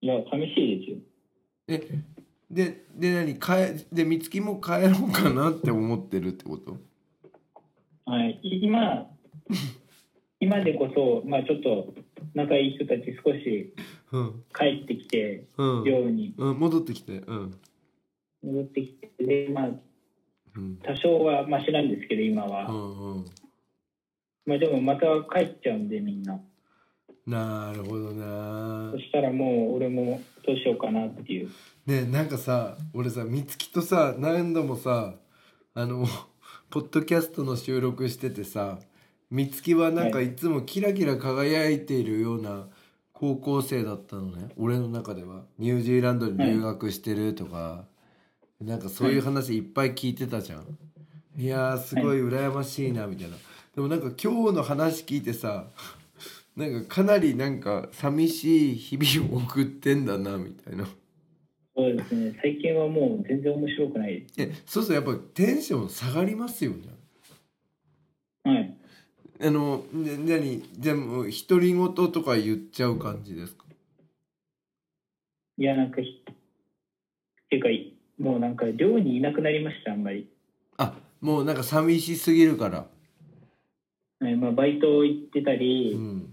[SPEAKER 3] いや寂しいですよ。
[SPEAKER 2] えでで何かえで美月も帰ろうかなって思ってるってこと
[SPEAKER 3] はい。い今今でこそまあちょっと仲いい人たち少し
[SPEAKER 2] うん
[SPEAKER 3] 帰ってきて
[SPEAKER 2] うん、
[SPEAKER 3] 寮に
[SPEAKER 2] うん、戻ってきてうん
[SPEAKER 3] 戻ってきてでまあ
[SPEAKER 2] うん
[SPEAKER 3] 多少はマシなんですけど今は、
[SPEAKER 2] うんうん
[SPEAKER 3] まあでもまた帰っちゃうんでみんな。
[SPEAKER 2] なるほどな
[SPEAKER 3] そしたらもう俺もどうしようかなっていう。
[SPEAKER 2] ねえなんかさ俺さ美月とさ何度もさあの ポッドキャストの収録しててさ美月はなんか
[SPEAKER 3] はい
[SPEAKER 2] いつもキラキラ輝いているような高校生だったのね俺の中ではニュージーランドに留学してるとか、なんかそういう話いっぱい聞いてたじゃん、い、やーすごい羨ましいなみたいなでもなんか今日の話聞いてさ なんかかなりなんか寂しい日々を送ってんだなみたいな。
[SPEAKER 3] そうですね。最近はもう全然面白くないです。
[SPEAKER 2] えそうするとやっぱテンション下がりますよね
[SPEAKER 3] はい。
[SPEAKER 2] あのね何でもう独り言とか言っちゃう感じですか
[SPEAKER 3] いや、なんかひ、っていうか、もうなんか寮にいなくなりました、あんまり。
[SPEAKER 2] あもうなんか寂しすぎるから
[SPEAKER 3] はいまあ、バイト行ってたり、
[SPEAKER 2] うん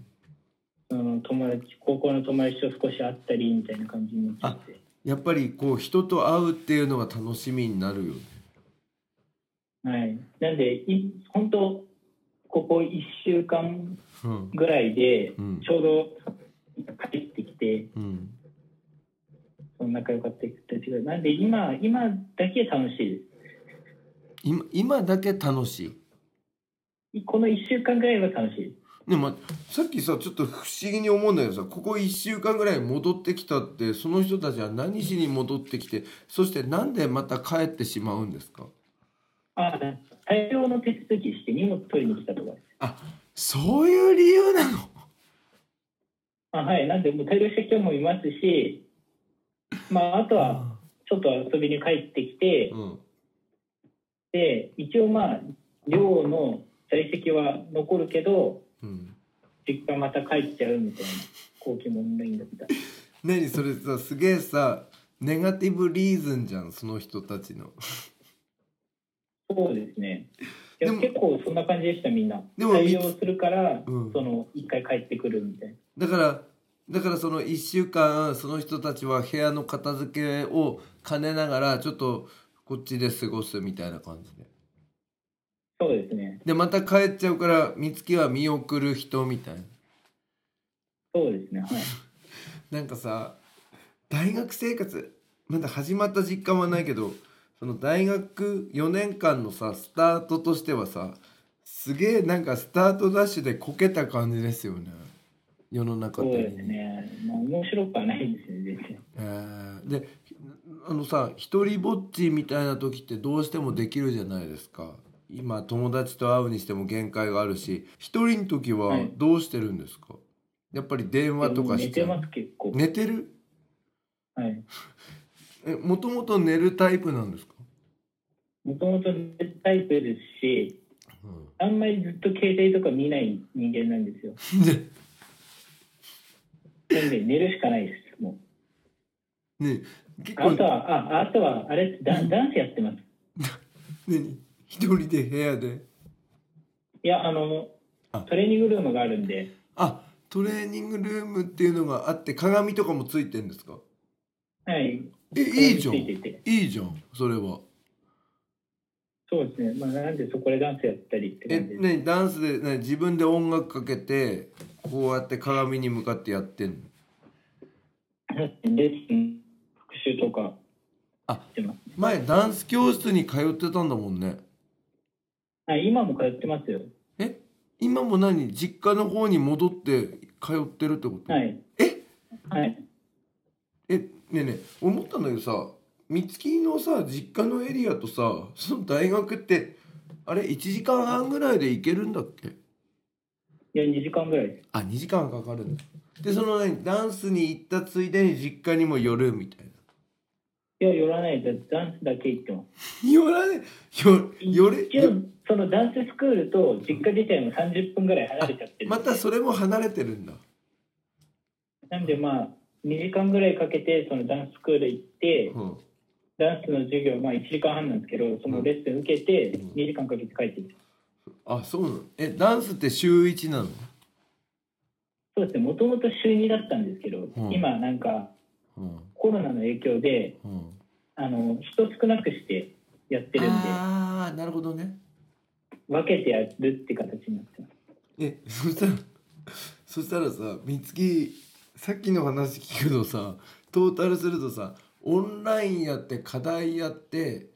[SPEAKER 3] その友達、高校の友達と少し会ったりみたいな感じになっちゃって。
[SPEAKER 2] やっぱりこう人と会うっていうのが楽しみになるよね。
[SPEAKER 3] はい、なんでい本当ここ1週間
[SPEAKER 2] うん
[SPEAKER 3] ぐらいで
[SPEAKER 2] うん
[SPEAKER 3] ちょうど帰ってきて
[SPEAKER 2] うん
[SPEAKER 3] その仲良かった人たちがなんで今今だけ楽しいで
[SPEAKER 2] 今今だけ楽しい。
[SPEAKER 3] すいこの1週間ぐらいは楽しいです
[SPEAKER 2] でもさっきさちょっと不思議に思うんだけどさここ1週間ぐらい戻ってきたってその人たちは何しに戻ってきてそしてなんでまた帰ってしまうんですか
[SPEAKER 3] あ大量の手続きして荷物取りに来たとかです
[SPEAKER 2] あそういう理由なの
[SPEAKER 3] あはいなんでもう大量した人もいますしまああとはちょっと遊びに帰ってきて、
[SPEAKER 2] うん
[SPEAKER 3] で一応まあ寮の在籍は残るけど
[SPEAKER 2] うん、
[SPEAKER 3] 実家また帰っちゃうみたいな後期もオンラインだった
[SPEAKER 2] 何それさすげえさネガティブリーズンじゃんその人たちの
[SPEAKER 3] そうですねでも
[SPEAKER 2] で
[SPEAKER 3] 結構そんな感じでしたみんな
[SPEAKER 2] でも
[SPEAKER 3] 対応するから、
[SPEAKER 2] うん
[SPEAKER 3] その一回帰ってくるみたいな
[SPEAKER 2] だからだからその1週間その人たちは部屋の片付けを兼ねながらちょっとこっちで過ごすみたいな感じで
[SPEAKER 3] そうですね
[SPEAKER 2] でまた帰っちゃうから美月は見送る人みたいな
[SPEAKER 3] そうですねはい
[SPEAKER 2] なんかさ大学生活まだ始まった実感はないけどその大学4年間のさスタートとしてはさすげえなんかスタートダッシュでこけた感じですよね世の中
[SPEAKER 3] そう
[SPEAKER 2] 的に
[SPEAKER 3] ですねまあ面白くはないですね全然
[SPEAKER 2] えーであのさ一人ぼっちみたいな時ってどうしてもできるじゃないですか今友達と会うにしても限界があるし一人の時は
[SPEAKER 3] はい
[SPEAKER 2] どうしてるんですか、やっぱり電話とか
[SPEAKER 3] 寝
[SPEAKER 2] して
[SPEAKER 3] てます結構、
[SPEAKER 2] 寝てる
[SPEAKER 3] はい
[SPEAKER 2] えもともと寝るタイプなんですか、
[SPEAKER 3] もともと寝るタイプですしあんまりずっと携帯とか見ない人間なんですよ
[SPEAKER 2] ね
[SPEAKER 3] なんで寝るしかないですもう
[SPEAKER 2] ね結
[SPEAKER 3] あ
[SPEAKER 2] 構
[SPEAKER 3] とは、あ、あとは、あれ、ダン、ダンスやってます。
[SPEAKER 2] 何一人で部屋で
[SPEAKER 3] いや、あの
[SPEAKER 2] あ、
[SPEAKER 3] トレーニングルームがあるんで、
[SPEAKER 2] あトレーニングルームっていうのがあって鏡とかもついてんですか
[SPEAKER 3] はい。
[SPEAKER 2] えいいじゃん
[SPEAKER 3] つ
[SPEAKER 2] い
[SPEAKER 3] いてて。
[SPEAKER 2] いじゃんそれは
[SPEAKER 3] そうですね。まあ、なんでそこでダンスやったりって
[SPEAKER 2] え
[SPEAKER 3] 感じで。
[SPEAKER 2] ねダンスで、ね、自分で音楽かけてこうやって鏡に向かってやってんの
[SPEAKER 3] レッスン、復習とか
[SPEAKER 2] あ
[SPEAKER 3] してます。
[SPEAKER 2] 前ダンス教室に通ってたんだもんね
[SPEAKER 3] はい、今も通ってますよ。
[SPEAKER 2] え今も何実家の方に戻って通ってるってこと、
[SPEAKER 3] はい。
[SPEAKER 2] え
[SPEAKER 3] はい。
[SPEAKER 2] えねえねえ思ったんだけどさ美月のさ実家のエリアとさその大学ってあれ1時間半ぐらいで行けるんだっけ
[SPEAKER 3] いや、2時間ぐらいです。
[SPEAKER 2] あ2時間かかるんだでその何ダンスに行ったついでに実家にも寄るみたいない
[SPEAKER 3] や、寄らないです。ダンスだけ行ってます。
[SPEAKER 2] 寄らねよ寄れ
[SPEAKER 3] 一応、そのダンススクールと実家自体も30分ぐらい離れちゃってる。
[SPEAKER 2] またそれも離れてるんだ
[SPEAKER 3] なんで、まあ、2時間ぐらいかけて、そのダンススクール行って、
[SPEAKER 2] うん
[SPEAKER 3] ダンスの授業、まあ、1時間半なんですけどそのレッスン受けて
[SPEAKER 2] うん
[SPEAKER 3] 2時間かけて帰ってきた
[SPEAKER 2] あそうなのえダンスって週1なの
[SPEAKER 3] そうですねもともと週2だったんですけど、
[SPEAKER 2] うん
[SPEAKER 3] 今なんか
[SPEAKER 2] うん
[SPEAKER 3] コロナの影響で
[SPEAKER 2] うん
[SPEAKER 3] あの人少なくしてやってるんで
[SPEAKER 2] ああなるほどね
[SPEAKER 3] 分けてやるって形になってます
[SPEAKER 2] えそしたらそしたらさ美月さっきの話聞くとさトータルするとさオンラインやって課題やって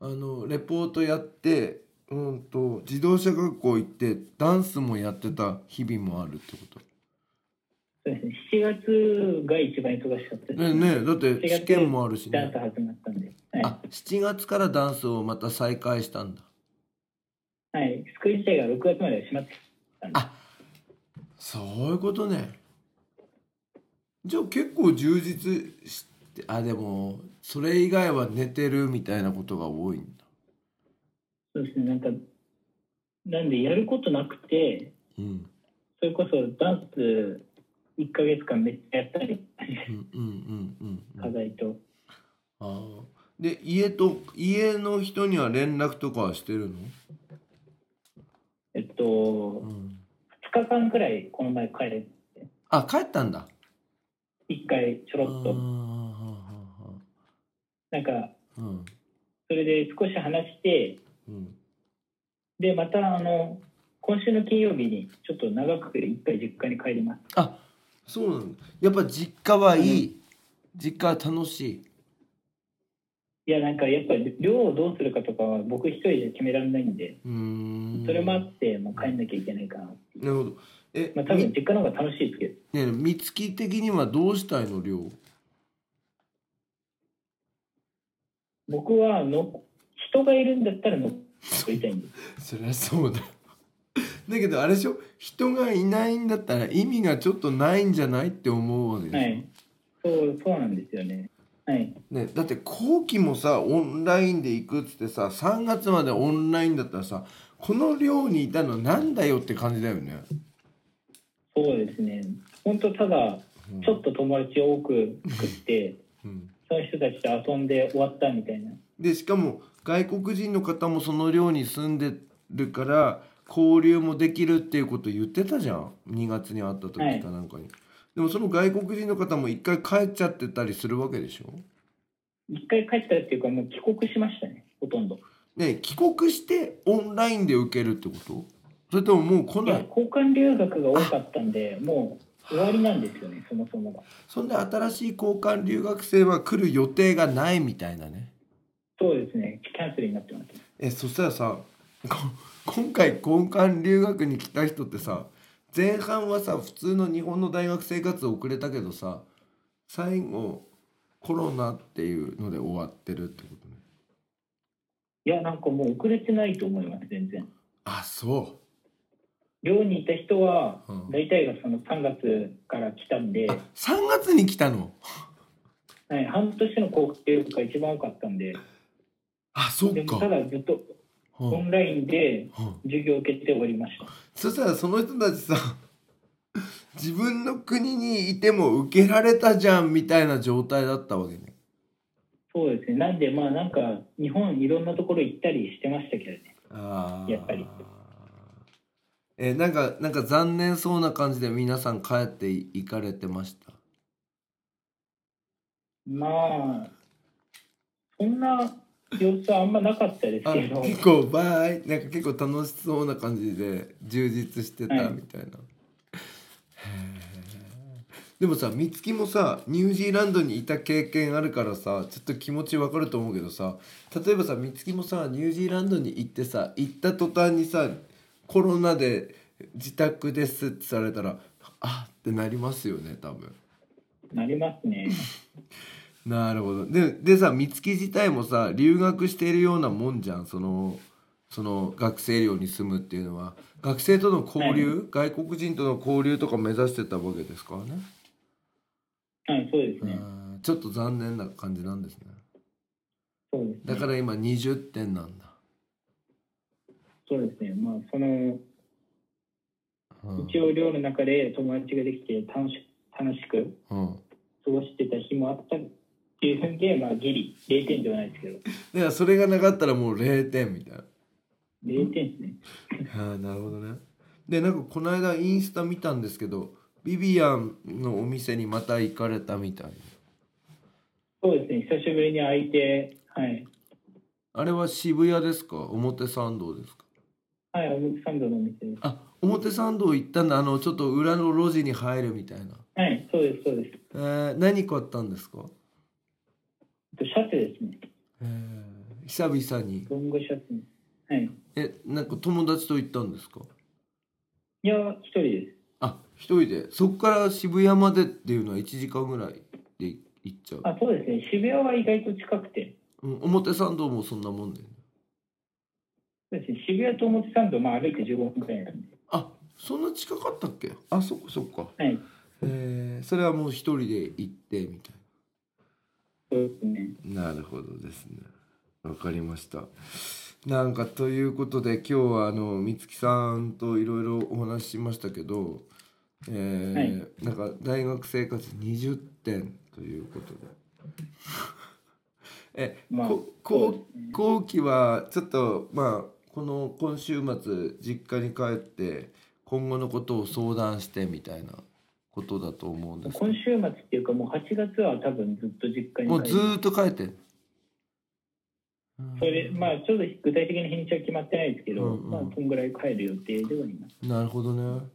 [SPEAKER 2] あのレポートやってうんと自動車学校行ってダンスもやってた日々もあるってこ
[SPEAKER 3] そうですね7月が一番忙しかった
[SPEAKER 2] と
[SPEAKER 3] です、
[SPEAKER 2] ねえねえだって試験もあるし
[SPEAKER 3] ダン
[SPEAKER 2] ね
[SPEAKER 3] ス始まったんで、はい
[SPEAKER 2] あ7月からダンスをまた再開したんだ
[SPEAKER 3] はい、スクール自体が6月までは閉まってたんで
[SPEAKER 2] あそういうことねじゃあ結構充実してあでもそれ以外は寝てるみたいなことが多いんだ
[SPEAKER 3] そうですねなんかなんでやることなくて
[SPEAKER 2] うん
[SPEAKER 3] それこそダンス1か月間めっちゃやったり
[SPEAKER 2] うんうんうんうんう
[SPEAKER 3] 課
[SPEAKER 2] ん
[SPEAKER 3] 題と、
[SPEAKER 2] あーで家と家の人には連絡とかはしてるの、
[SPEAKER 3] えっと
[SPEAKER 2] うん、
[SPEAKER 3] 2日間くらいこの前帰れ
[SPEAKER 2] あ帰ったんだ
[SPEAKER 3] 1回ちょろっ
[SPEAKER 2] あーは
[SPEAKER 3] と
[SPEAKER 2] あはあはあ
[SPEAKER 3] なんか
[SPEAKER 2] うん
[SPEAKER 3] それで少し話して
[SPEAKER 2] うん
[SPEAKER 3] でまたあの今週の金曜日にちょっと長く一回実家に帰ります
[SPEAKER 2] あそうなんだやっぱ実家はいい、実家は楽しい
[SPEAKER 3] いやなんかやっぱり量をどうするかとかは僕一人で決められないんで
[SPEAKER 2] うーん
[SPEAKER 3] それもあって、まあ、帰んなきゃいけないかな、
[SPEAKER 2] なるほどえ、
[SPEAKER 3] まあ、多分実家の方が楽しいですけど
[SPEAKER 2] みねえ美月的にはどうしたいの量
[SPEAKER 3] 僕はの人がいるんだったらの乗りたいんで
[SPEAKER 2] そ
[SPEAKER 3] す
[SPEAKER 2] りゃそうだ だけどあれでしょ人がいないんだったら意味がちょっとないんじゃないって思うわけでしょ、
[SPEAKER 3] はいそうそうなんですよねはい
[SPEAKER 2] ね、だって後期もさオンラインで行くっつってさ3月までオンラインだったらさこの寮にいたのなんだよって感じだよね。
[SPEAKER 3] そうですね本当ただ
[SPEAKER 2] うん
[SPEAKER 3] ちょっと友達を多く作って
[SPEAKER 2] うん
[SPEAKER 3] その人たちと遊んで終わったみたいな
[SPEAKER 2] でしかも外国人の方もその寮に住んでるから交流もできるっていうこと言ってたじゃん2月に会った時か
[SPEAKER 3] はい
[SPEAKER 2] なんかに。でもその外国人の方も一回帰っちゃってたりするわけでしょ
[SPEAKER 3] 一回帰ったっていうかもう帰国しましたねほとんど
[SPEAKER 2] ね帰国してオンラインで受けるってことそれとももう来
[SPEAKER 3] い
[SPEAKER 2] な
[SPEAKER 3] や
[SPEAKER 2] い
[SPEAKER 3] 交換留学が多かったんでもう終わりなんですよねそもそもが
[SPEAKER 2] そんで新しい交換留学生は来る予定がないみたいなね
[SPEAKER 3] そうですねキャンセルになってます
[SPEAKER 2] えそしたらさこ今回交換留学に来た人ってさ前半はさ普通の日本の大学生活を送れたけどさ最後コロナっていうので終わってるってことね
[SPEAKER 3] いやなんかもう遅れてないと思います全然
[SPEAKER 2] あそ
[SPEAKER 3] 寮にいた人は
[SPEAKER 2] うん
[SPEAKER 3] 大体がその3月から来たんで、
[SPEAKER 2] うあ3月に来たの
[SPEAKER 3] はい、半年の交換留学が一番多かったんで
[SPEAKER 2] あそ
[SPEAKER 3] で
[SPEAKER 2] っ
[SPEAKER 3] も
[SPEAKER 2] か
[SPEAKER 3] ただずっと
[SPEAKER 2] うん
[SPEAKER 3] オンラインで
[SPEAKER 2] うん
[SPEAKER 3] 授業を受けて終わりました
[SPEAKER 2] そしたらその人たちさ自分の国にいても受けられたじゃんみたいな状態だったわけね
[SPEAKER 3] そうですねなんでまあなんか日本いろんなところ行ったりしてましたけどね
[SPEAKER 2] あー
[SPEAKER 3] やっぱり
[SPEAKER 2] えなんかなんか残念そうな感じで皆さん帰って行かれてました
[SPEAKER 3] まあそんな様子はあんまなかったです
[SPEAKER 2] あ
[SPEAKER 3] けど
[SPEAKER 2] 結構バイなんか結構楽しそうな感じで充実して
[SPEAKER 3] は
[SPEAKER 2] た
[SPEAKER 3] い
[SPEAKER 2] みたいな、へーでもさ美月もさニュージーランドにいた経験あるからさちょっと気持ちわかると思うけどさ例えばさ美月もさニュージーランドに行ってさ行った途端にさコロナで自宅ですってされたらあってなりますよね多分。
[SPEAKER 3] なりますね
[SPEAKER 2] なるほどででさ美月自体もさ留学しているようなもんじゃんそのその学生寮に住むっていうのは学生との交流、外国人との交流とか目指してたわけですからね
[SPEAKER 3] はいそうです
[SPEAKER 2] う
[SPEAKER 3] ね
[SPEAKER 2] んちょっと残念な感じなんですね
[SPEAKER 3] そうです
[SPEAKER 2] だ
[SPEAKER 3] ね
[SPEAKER 2] から今20点なんだ、
[SPEAKER 3] そうですねまあその
[SPEAKER 2] うん
[SPEAKER 3] 一応寮の中で友達ができて楽し楽しく
[SPEAKER 2] うん、
[SPEAKER 3] 過ごしてた日もあったっていうんでまあギリ0点ではないですけど
[SPEAKER 2] だからそれがなかったらもう0点みたいな
[SPEAKER 3] 0点ですね
[SPEAKER 2] ああなるほどねでなんかこの間インスタ見たんですけどビビアンのお店にまた行かれたみたい
[SPEAKER 3] そうですね久しぶりに会いてはい
[SPEAKER 2] あれは渋谷ですか表参道ですか
[SPEAKER 3] はい表参道のお店です
[SPEAKER 2] あ表参道行ったんだあのちょっと裏の路地に入るみたいな、
[SPEAKER 3] はいそうですそうです
[SPEAKER 2] えー何買ったんですか、
[SPEAKER 3] あとシャツですね
[SPEAKER 2] えー久々に
[SPEAKER 3] ロングシャツにはい
[SPEAKER 2] えなんか友達と行ったんですか
[SPEAKER 3] いや一人です
[SPEAKER 2] あ一人でそっから渋谷までっていうのは1時間ぐらいで行っちゃう、
[SPEAKER 3] あそうですね渋谷は意外と近くて
[SPEAKER 2] うん、表参道もそんなもんで、ね、
[SPEAKER 3] そうですね渋谷と表参道まあ歩いて15分くらいなんで
[SPEAKER 2] あそんな近かったっけあそっかそっか、
[SPEAKER 3] はい
[SPEAKER 2] えーそれはもう一人で行ってみたいな
[SPEAKER 3] そうですね
[SPEAKER 2] なるほどですね。わかりました。なんかということで今日はあの美月さんといろいろお話ししましたけど、えー
[SPEAKER 3] はい
[SPEAKER 2] なんか大学生活20点ということで。 え、
[SPEAKER 3] まあ
[SPEAKER 2] こ
[SPEAKER 3] そうで
[SPEAKER 2] こう後期はちょっとまあこの今週末実家に帰って今後のことを相談してみたいなことだと思うんですけ
[SPEAKER 3] 今週末っていうかもう8月は多分ずっと実
[SPEAKER 2] ど
[SPEAKER 3] 家
[SPEAKER 2] も
[SPEAKER 3] に
[SPEAKER 2] う
[SPEAKER 3] 帰
[SPEAKER 2] ず
[SPEAKER 3] る
[SPEAKER 2] ーっと帰ってんうん
[SPEAKER 3] それまあちょっと具体的な日にちは決まってないですけど、
[SPEAKER 2] うんうん
[SPEAKER 3] まあそんぐらい帰る予定ではいます
[SPEAKER 2] なるほどね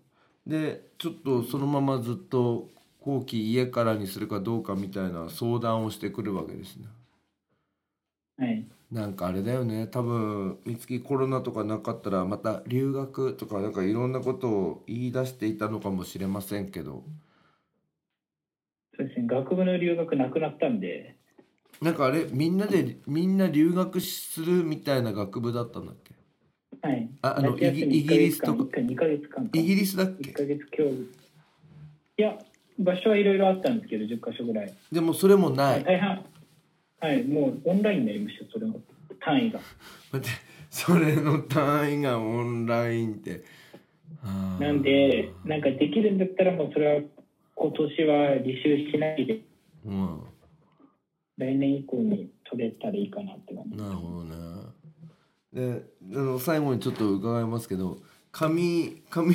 [SPEAKER 2] でちょっとそのままずっと後期家からにするかどうかみたいな相談をしてくるわけですね
[SPEAKER 3] はい
[SPEAKER 2] なんかあれだよね多分三月コロナとかなかったらまた留学とかなんかいろんなことを言い出していたのかもしれませんけど
[SPEAKER 3] そうですね学部の留学なくなったんで
[SPEAKER 2] なんかあれみんなでみんな留学するみたいな学部だったんだっけ
[SPEAKER 3] はい
[SPEAKER 2] ああの
[SPEAKER 3] 夏休み
[SPEAKER 2] イギイギリスとか
[SPEAKER 3] 1ヶ月間2ヶ月間か
[SPEAKER 2] イギリスだっ
[SPEAKER 3] 1
[SPEAKER 2] け
[SPEAKER 3] ヶ月教育いや場所はいろいろあったんですけど10か所ぐらい
[SPEAKER 2] でもそれもない
[SPEAKER 3] 大半はいもうオンラインになりましたそれも単位が
[SPEAKER 2] 待ってそれの単位がオンラインってあー
[SPEAKER 3] なんでなんかできるんだったらもうそれは今年は履修しないで
[SPEAKER 2] うん
[SPEAKER 3] 来年以降に取れたらいいかなって感じ
[SPEAKER 2] なるほどねであの最後にちょっと伺いますけど髪髪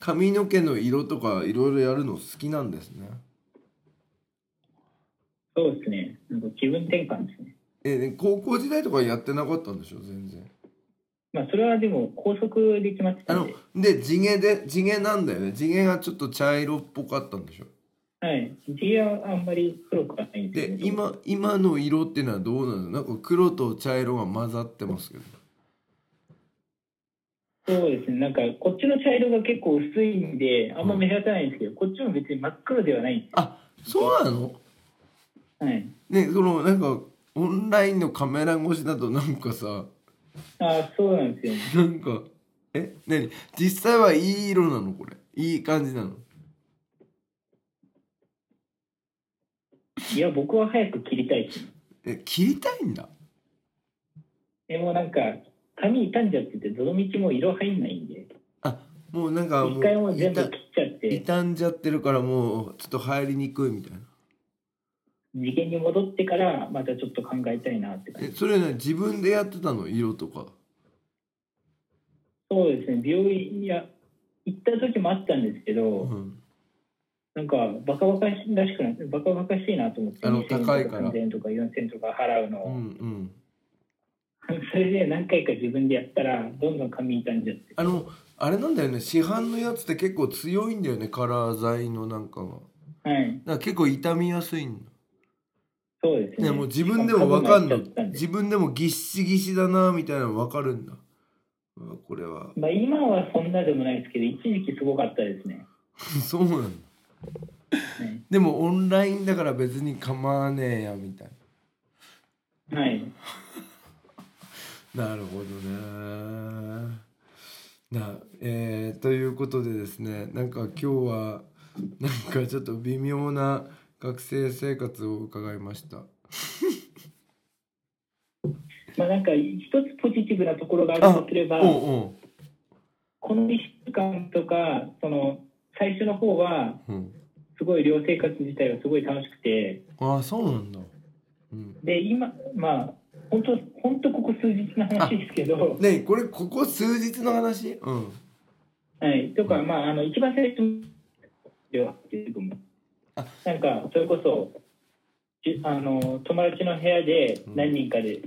[SPEAKER 2] 髪の毛の色とかいろいろやるの好きなんですね
[SPEAKER 3] そうですねなんか気分転換ですね
[SPEAKER 2] えで高校時代とかやってなかったんでしょ全然
[SPEAKER 3] まあそれはでも高速で決まって
[SPEAKER 2] あ
[SPEAKER 3] たん
[SPEAKER 2] の
[SPEAKER 3] で
[SPEAKER 2] で地毛で地毛なんだよね地毛がちょっと茶色っぽかったんでしょ
[SPEAKER 3] はい地はあんまり黒くはないんです
[SPEAKER 2] で
[SPEAKER 3] けど
[SPEAKER 2] 今今の色っていうのはどうなのなんか黒と茶色が混ざってますけど
[SPEAKER 3] そうですねなんかこっちの茶色が結構薄いんであんま目立たないんですけど、こっちも別に真っ黒ではないんで
[SPEAKER 2] あそうなの
[SPEAKER 3] すはい
[SPEAKER 2] ねそのなんかオンラインのカメラ越しだとなんかさ
[SPEAKER 3] あそうなんですよ
[SPEAKER 2] なんかえ何実際はいい色なのこれいい感じなの
[SPEAKER 3] いや僕は早く切りたいですね
[SPEAKER 2] え切りたいんだ
[SPEAKER 3] でもなんか髪傷んじゃっててどの道も色入んないんで
[SPEAKER 2] あもうなんかも
[SPEAKER 3] 一回もう
[SPEAKER 2] う
[SPEAKER 3] 全部
[SPEAKER 2] 傷
[SPEAKER 3] 切っちゃって
[SPEAKER 2] 傷んじゃってるからもうちょっと入りにくいみたいな
[SPEAKER 3] 次元に戻ってからまたちょっと考えたいなって感
[SPEAKER 2] え
[SPEAKER 3] じ
[SPEAKER 2] それね自分でやってたの色とか
[SPEAKER 3] そうですね美容院いや行った時もあったんですけど、
[SPEAKER 2] うん
[SPEAKER 3] なんかバカバカしらしくないバカバカしいなと思って
[SPEAKER 2] あの
[SPEAKER 3] 2000と
[SPEAKER 2] 高いから
[SPEAKER 3] 3000とか4000とか払うの
[SPEAKER 2] う
[SPEAKER 3] を、
[SPEAKER 2] んうん
[SPEAKER 3] それで何回か自分でやったらどんどん髪傷んじゃって
[SPEAKER 2] あのあれなんだよね市販のやつって結構強いんだよねカラー剤のなんかがだか
[SPEAKER 3] はい
[SPEAKER 2] ら結構傷みやすいんだ
[SPEAKER 3] そうですね
[SPEAKER 2] ねもう自分でも分かんの
[SPEAKER 3] しかも過去にやっちゃったんで
[SPEAKER 2] 自分でもぎっしぎしだなみたいなの分かるんだうわこれは
[SPEAKER 3] まあ、今はそんなでもないですけど一時期すごかったですね
[SPEAKER 2] そうなんだでもオンラインだから別に構わねえやみたい
[SPEAKER 3] はい
[SPEAKER 2] ななるほどねなえーということでですねなんか今日はなんかちょっと微妙な学生生活を伺いました
[SPEAKER 3] まあなんか一つポジティブなところがある
[SPEAKER 2] あ
[SPEAKER 3] とすれば
[SPEAKER 2] うんうん
[SPEAKER 3] この1週間とかその最初の方は
[SPEAKER 2] うん
[SPEAKER 3] すごい寮生活自体がすごい楽しくて
[SPEAKER 2] ああそうなんだ、うん、
[SPEAKER 3] で今まあ本当本当ここ数日の話ですけど、
[SPEAKER 2] ねえこれここ数日の話うん
[SPEAKER 3] はい、とかまああの一番最初の寮っていうのも
[SPEAKER 2] あ
[SPEAKER 3] なんかそれこそじあの友達の部屋で
[SPEAKER 2] うん
[SPEAKER 3] 何人かで、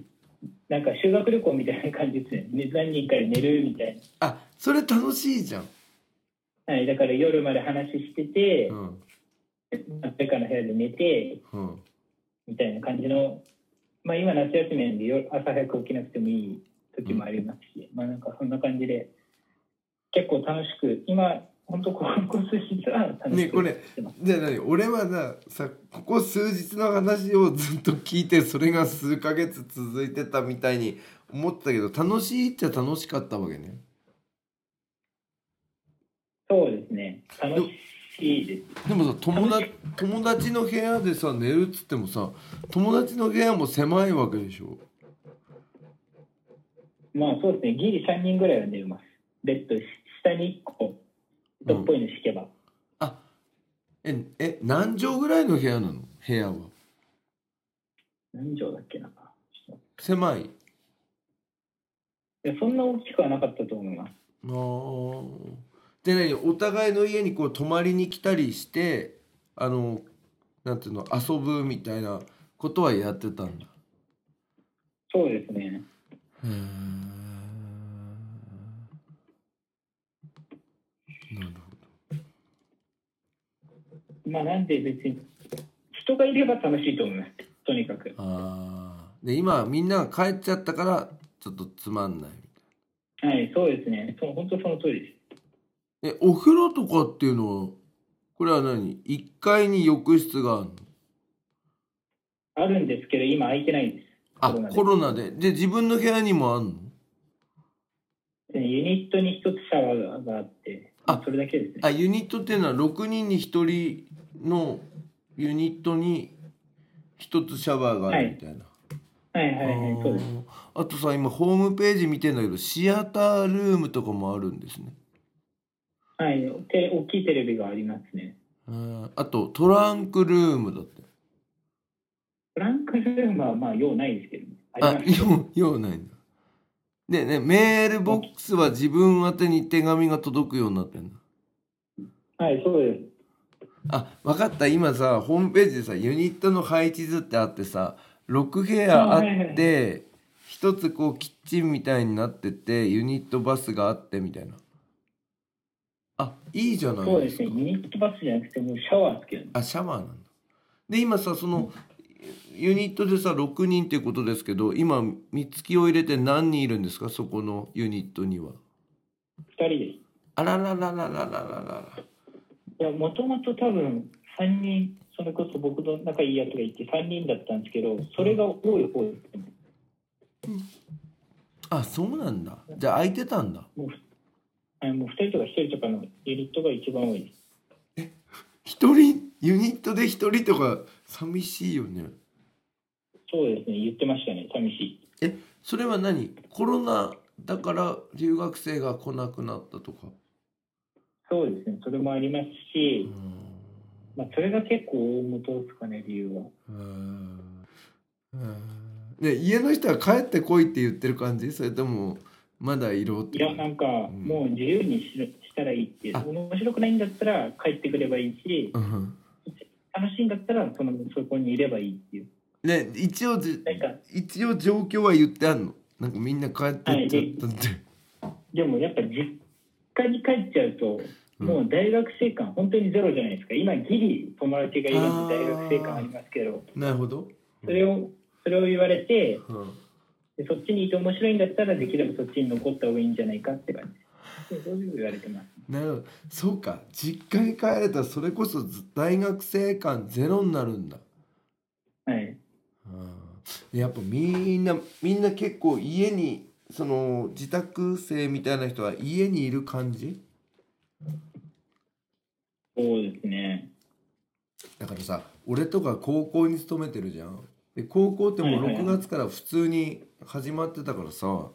[SPEAKER 3] なんか修学旅行みたいな感じですねね何人かで寝るみたい
[SPEAKER 2] あそれ楽しいじゃん
[SPEAKER 3] な、はい、だから夜まで話してて
[SPEAKER 2] う、ん
[SPEAKER 3] 誰かの部屋で寝て
[SPEAKER 2] うん
[SPEAKER 3] みたいな感じの、まあ、今夏休みなんで夜朝早く起きなくてもいい時もありますし、まあなんかそんな感じで結構楽しく今本当ここ数日は楽
[SPEAKER 2] ねえ
[SPEAKER 3] し
[SPEAKER 2] こ
[SPEAKER 3] く
[SPEAKER 2] れ
[SPEAKER 3] してます、
[SPEAKER 2] じゃあ何俺はなさここ数日の話をずっと聞いてそれが数ヶ月続いてたみたいに思ってたけど楽しいっちゃ楽しかったわけね
[SPEAKER 3] そうですね楽しいです
[SPEAKER 2] でもさ友達友達の部屋でさ寝るっつってもさ友達の部屋も狭いわけでしょ
[SPEAKER 3] まあそうですねギリ3人ぐらいは寝れますベッド下に1個どっぽいの敷けば、
[SPEAKER 2] あええ何畳ぐらいの部屋なの部屋は
[SPEAKER 3] 何畳だっけなちょっ
[SPEAKER 2] 狭い
[SPEAKER 3] といやそんな大きくはなかったと思います
[SPEAKER 2] あーで何お互いの家にこう泊まりに来たりしてあのなんていうの遊ぶみたいなことはやってたんだ
[SPEAKER 3] そうですね。
[SPEAKER 2] へーなるほど
[SPEAKER 3] まあ、なんで別に、人がいれば楽しいと思います。とにかく。
[SPEAKER 2] あーで今みんなが帰っちゃったからちょっとつまんない
[SPEAKER 3] はい、そうですね。そう本当その通りです。
[SPEAKER 2] えお風呂とかっていうのはこれは何1階に浴室があるの
[SPEAKER 3] あるんですけど、今空いてないんです。
[SPEAKER 2] あ
[SPEAKER 3] コロナで
[SPEAKER 2] コロナでで自分の部屋にもあんの
[SPEAKER 3] ユニットに一つシャワーがあって、
[SPEAKER 2] あ
[SPEAKER 3] まあそれだけですね。
[SPEAKER 2] あユニットっていうのは6人に1人のユニットに1つシャワーがあるみたいな、
[SPEAKER 3] はいは
[SPEAKER 2] あ
[SPEAKER 3] いはい、
[SPEAKER 2] ー
[SPEAKER 3] そうです。
[SPEAKER 2] あとさ今ホームページ見てんだけどシアタールームとかもあるんですね
[SPEAKER 3] はい、て大きいテレビがありますね。
[SPEAKER 2] うんあとトランクルームだって
[SPEAKER 3] フランクルームはまあ用ないですけどね。あ
[SPEAKER 2] あ
[SPEAKER 3] ります。
[SPEAKER 2] 用用ないんだでねメールボックスは自分宛てに手紙が届くようになってんだ
[SPEAKER 3] はい、そうです。
[SPEAKER 2] あ分かった今さホームページでさユニットの配置図ってあってさ6部屋あ
[SPEAKER 3] はいはい
[SPEAKER 2] っ
[SPEAKER 3] は
[SPEAKER 2] て一つこうキッチンみたいになっててユニットバスがあってみたいなあいいじゃな
[SPEAKER 3] そう
[SPEAKER 2] い
[SPEAKER 3] で
[SPEAKER 2] ですす
[SPEAKER 3] ね。
[SPEAKER 2] か
[SPEAKER 3] ユニットバスじゃなくて、もうシャワーつけるんで
[SPEAKER 2] あシャワーなんだで今さそのユニットでさ6人っていうことですけど今三月を入れて何人いるんですかそこのユニットには
[SPEAKER 3] す。二人です。
[SPEAKER 2] あらららららららら
[SPEAKER 3] いや、もともと多分3人、それこそ僕の仲いいやつがいて3人だったんですけど、それが多い方ですね。
[SPEAKER 2] あそうなんだじゃあ空いてたんだ
[SPEAKER 3] もうあのもう2人とか1人とかのユニットが一番多いです。
[SPEAKER 2] 一人ユニットで一人とか寂しいよね
[SPEAKER 3] そうですね、言ってましたね、寂しい。
[SPEAKER 2] えそれは何コロナだから留学生が来なくなったとか
[SPEAKER 3] そうですね、それもあります
[SPEAKER 2] う
[SPEAKER 3] し、
[SPEAKER 2] ん
[SPEAKER 3] まあ、それが結構大元ですかね、理由は。
[SPEAKER 2] うんうんね家の人は帰ってこいって言ってる感じそれともまだいろって
[SPEAKER 3] いや、なんか、
[SPEAKER 2] ん
[SPEAKER 3] もう自由にしろしたらいいって、
[SPEAKER 2] あ
[SPEAKER 3] 面白くないんだったら帰ってくればいいし、
[SPEAKER 2] うん
[SPEAKER 3] 楽しいんだったらそのそこにいればいいっていう。
[SPEAKER 2] ね一応じ
[SPEAKER 3] なんか
[SPEAKER 2] 一応状況は言ってあんのなんかみんな帰ってっちゃったって、
[SPEAKER 3] でもやっぱ実家に帰っちゃうと、
[SPEAKER 2] うん
[SPEAKER 3] もう大学生感本当にゼロじゃないですか今ギリ友達がいるんで大学生感ありますけど
[SPEAKER 2] なるほど、
[SPEAKER 3] それをそれを言われて
[SPEAKER 2] うん、
[SPEAKER 3] でそっちにいて面白いんだったらできればそっちに残った方がいいんじゃないかって感じでそういうふうに言われてます
[SPEAKER 2] なるほどそうか実家に帰れたらそれこそず大学生感ゼロになるんだ
[SPEAKER 3] はい
[SPEAKER 2] やっぱみんなみんな結構家にその自宅生みたいな人は家にいる感じ
[SPEAKER 3] そうですね
[SPEAKER 2] だからさ俺とか高校に勤めてるじゃんで高校ってもう
[SPEAKER 3] はいはい
[SPEAKER 2] 6
[SPEAKER 3] はい
[SPEAKER 2] 月から普通に始まってたからさ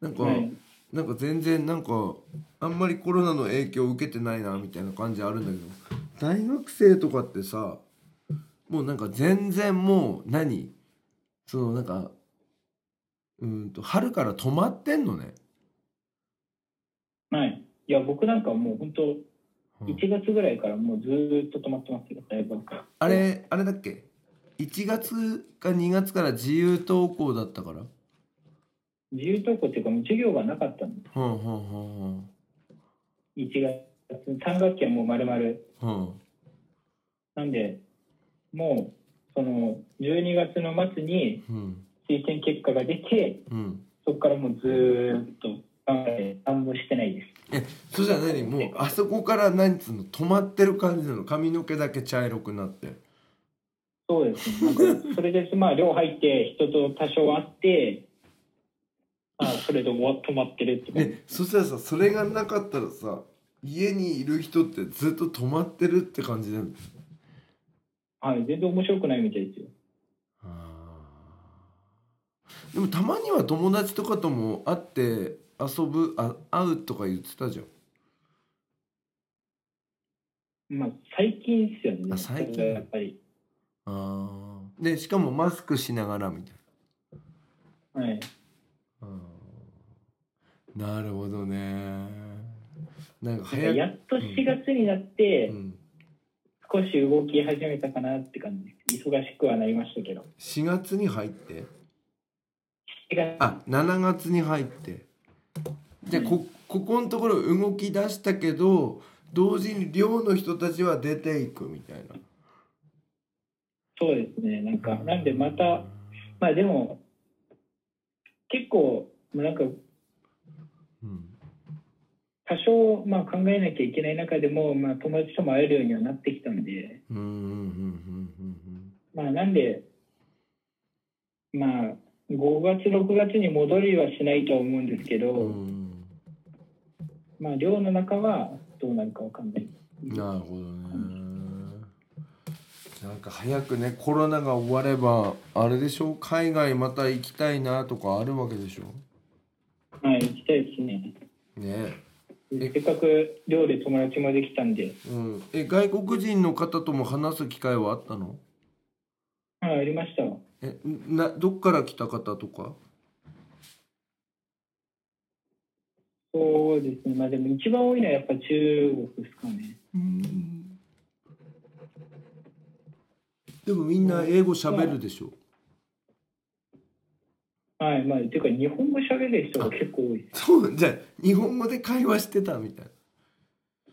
[SPEAKER 2] なんか、
[SPEAKER 3] はい
[SPEAKER 2] なんか全然なんかあんまりコロナの影響を受けてないなみたいな感じあるんだけど大学生とかってさもうなんか全然もう何そのなんかうーんと春から止まってんのね。
[SPEAKER 3] はいいや僕なんかもう本当
[SPEAKER 2] うん
[SPEAKER 3] 1月ぐらいからもうずーっと止まってますけど大学
[SPEAKER 2] あれあれだっけ1月か2月から自由登校だったから。
[SPEAKER 3] 自由登校っていうかもう授業がなかったんで
[SPEAKER 2] はんはんはんはん
[SPEAKER 3] 1月3学期はもう丸々
[SPEAKER 2] はん
[SPEAKER 3] なんで、もう、その、12月の末に
[SPEAKER 2] うん
[SPEAKER 3] 推薦結果が出て、
[SPEAKER 2] うん。
[SPEAKER 3] そこからもうずーっと考え、何もしてないです。
[SPEAKER 2] えそしたら何もうあそこから何つうの止まってる感じなの髪の毛だけ茶色くなって。
[SPEAKER 3] そうですね。なんか、それで、まあ、寮入って、人と多少会って、まあ、それで終わ止まってるって感じ。
[SPEAKER 2] ね、そしたらさそれがなかったらさ家にいる人ってずっと泊まってるって感じだよね
[SPEAKER 3] はい、全然面白くないみたいですよ。
[SPEAKER 2] でもたまには友達とかとも会って遊ぶあ会うとか言ってたじゃん
[SPEAKER 3] まあ、最近ですよね。
[SPEAKER 2] あ最近
[SPEAKER 3] それがやっぱり。
[SPEAKER 2] あーでしかもマスクしながらみたい
[SPEAKER 3] はい。
[SPEAKER 2] ななるほどねなんか
[SPEAKER 3] なん
[SPEAKER 2] 早
[SPEAKER 3] か
[SPEAKER 2] く
[SPEAKER 3] やっと4月になって、
[SPEAKER 2] うん、
[SPEAKER 3] 少し動き始めたかなって感じです。忙しくはなりましたけど。
[SPEAKER 2] 4月に入って
[SPEAKER 3] 違う
[SPEAKER 2] あ7月に入ってじゃあこここのところ動き出したけど同時に寮の人たちは出ていくみたいな。
[SPEAKER 3] そうですねなんかなんでまたまあでも結構まあなんか
[SPEAKER 2] うん
[SPEAKER 3] 多少まあ考えなきゃいけない中でも、まあ、友達とも会えるようにはなってきたんで、
[SPEAKER 2] うんうんうん
[SPEAKER 3] まあ、なんで、まあ、5月、6月に戻りはしないとは思うんですけど、
[SPEAKER 2] うんうんうん
[SPEAKER 3] まあ、寮の中はどうなるかわかんない。
[SPEAKER 2] なるほどね。なんか早くねコロナが終わればあれでしょ海外また行きたいなとかあるわけでしょ
[SPEAKER 3] はい、行きたいですね。
[SPEAKER 2] ねえ
[SPEAKER 3] せっかく寮で友達もできたんで、
[SPEAKER 2] うん、え外国人の方とも話す機会はあったの
[SPEAKER 3] まあ、ありました。
[SPEAKER 2] えなどっから来た方とか
[SPEAKER 3] そうですね。まあ、でも一番多いのはやっぱ中国ですかね。
[SPEAKER 2] うんでもみんな英語しゃべるでしょ
[SPEAKER 3] はい、まあ、ていうか日本語喋れる人が結構多いです。
[SPEAKER 2] そうじゃあ日本語で会話してたみたいな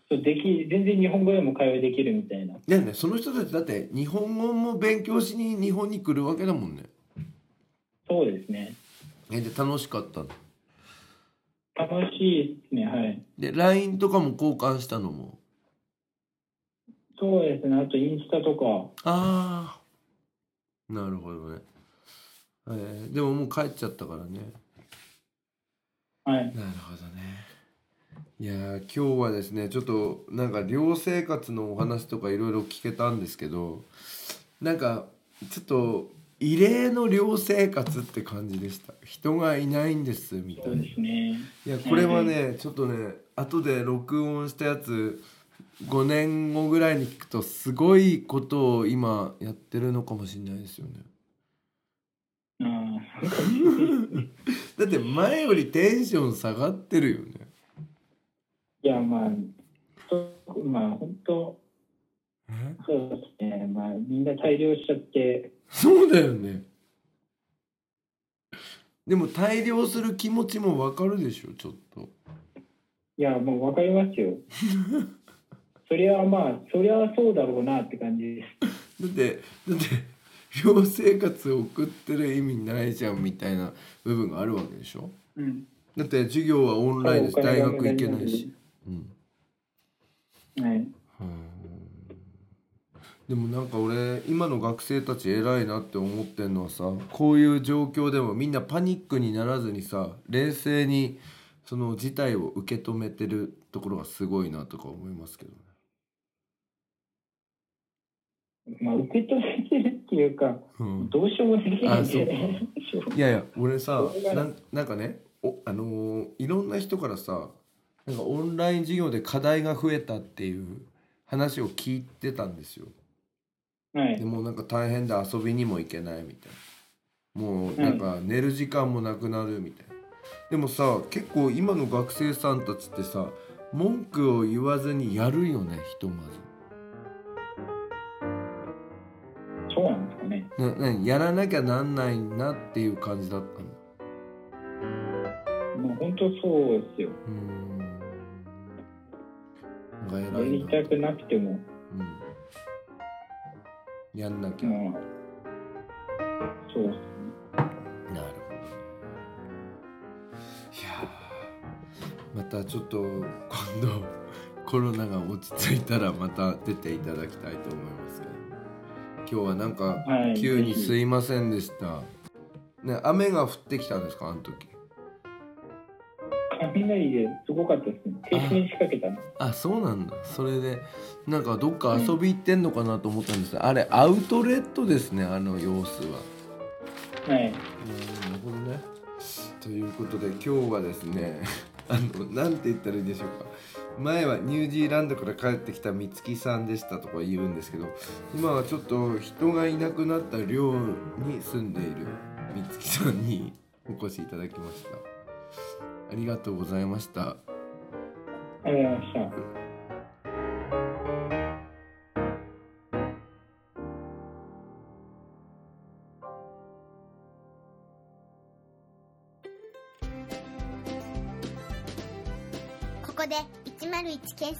[SPEAKER 3] そうでき全然日本語でも会話できるみたいな。
[SPEAKER 2] ねえねえその人たちだって日本語も勉強しに日本に来るわけだもんね
[SPEAKER 3] そうですね。
[SPEAKER 2] えで楽しかったの
[SPEAKER 3] 楽しいですね、はい。
[SPEAKER 2] で LINE とかも交換したのも
[SPEAKER 3] そうですね、あとインスタとか、
[SPEAKER 2] ああなるほどね、えーでももう帰っちゃったからね
[SPEAKER 3] はい、
[SPEAKER 2] なるほどね。いやー今日はですねちょっとなんか寮生活のお話とかいろいろ聞けたんですけどなんかちょっと異例の寮生活って感じでした人がいないんですみた
[SPEAKER 3] そ
[SPEAKER 2] いうな
[SPEAKER 3] で
[SPEAKER 2] い
[SPEAKER 3] すね。
[SPEAKER 2] やこれはねちょっとね後で録音したやつ5年後ぐらいに聞くとすごいことを今やってるのかもしれないです よね
[SPEAKER 3] あー
[SPEAKER 2] だって前よりテンション下がってるよね
[SPEAKER 3] いや、まあ、とまあ、本当、そうですね、まあ、みんな大量しちゃって、
[SPEAKER 2] そうだよねでも大量する気持ちもわかるでしょちょっと
[SPEAKER 3] いや、もう分かります よ。そりゃ、まあ、そりゃそうだろうなって感じです。
[SPEAKER 2] だってだって寮生活を送ってる意味ないじゃんみたいな部分があるわけでしょ
[SPEAKER 3] うん。
[SPEAKER 2] だって授業はオンラインです
[SPEAKER 3] お金
[SPEAKER 2] 大
[SPEAKER 3] が
[SPEAKER 2] 学行けないし、うん、
[SPEAKER 3] はい。
[SPEAKER 2] でもなんか俺今の学生たち偉いなって思ってんのはさこういう状況でもみんなパニックにならずにさ冷静にその事態を受け止めてるところがすごいなとか思いますけどね。
[SPEAKER 3] まあ、受け止めてるっていうか、
[SPEAKER 2] うん
[SPEAKER 3] どうしようもできないんで
[SPEAKER 2] あ
[SPEAKER 3] ね。そう
[SPEAKER 2] いやいや俺さ
[SPEAKER 3] それ
[SPEAKER 2] な
[SPEAKER 3] が
[SPEAKER 2] んなんかねおあのーいろんな人からさなんかオンライン授業で課題が増えたっていう話を聞いてたんですよ。
[SPEAKER 3] は
[SPEAKER 2] で
[SPEAKER 3] い。
[SPEAKER 2] もうなんか大変で遊びにも行けないみたいなもうなんか寝る時間もなくなるみたいな、でもさ結構今の学生さんたちってさ文句を言わずにやるよねひとま
[SPEAKER 3] そうなんですかね。
[SPEAKER 2] ずななやらなきゃなんないなっていう感じだったの
[SPEAKER 3] まあ、本当そうですよ。
[SPEAKER 2] うーんなんか
[SPEAKER 3] や
[SPEAKER 2] 偉い
[SPEAKER 3] り
[SPEAKER 2] な、
[SPEAKER 3] たくなくても。
[SPEAKER 2] うん、やんなきゃ、
[SPEAKER 3] まあ、そうですね。
[SPEAKER 2] なるほどね。いやーまたちょっと今度コロナが落ち着いたらまた出ていただきたいと思いますけど今日はなんか
[SPEAKER 3] はい
[SPEAKER 2] 急に
[SPEAKER 3] ぜひ
[SPEAKER 2] すいませんでした。ね、雨が降ってきたんですかあの時
[SPEAKER 3] 雷ですごかったですね。停止に仕掛けたの。
[SPEAKER 2] あそうなんだそれでなんかどっか遊び行ってんのかなと思ったんですがあれアウトレットですねあの様子は。
[SPEAKER 3] はい。
[SPEAKER 2] なるほどね。ということで今日はですね あのなんて言ったらいいんでしょうか前はニュージーランドから帰ってきた美月さんでしたとか言うんですけど今はちょっと人がいなくなった寮に住んでいる美月さんにお越しいただきました。ありがとうございました。
[SPEAKER 3] ありがとうございました。
[SPEAKER 1] こで101ケン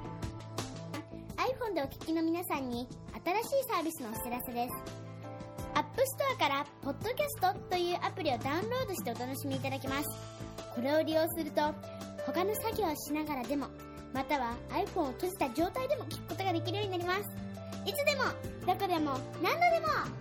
[SPEAKER 1] 「iPhone でお聞きの皆さんに新しいサービスのお知らせですアップストアから「ポッドキャストというアプリをダウンロードしてお楽しみいただけますこれを利用すると他の作業をしながらでもまたは iPhone を閉じた状態でも聞くことができるようになりますいつでもどこでも何度でも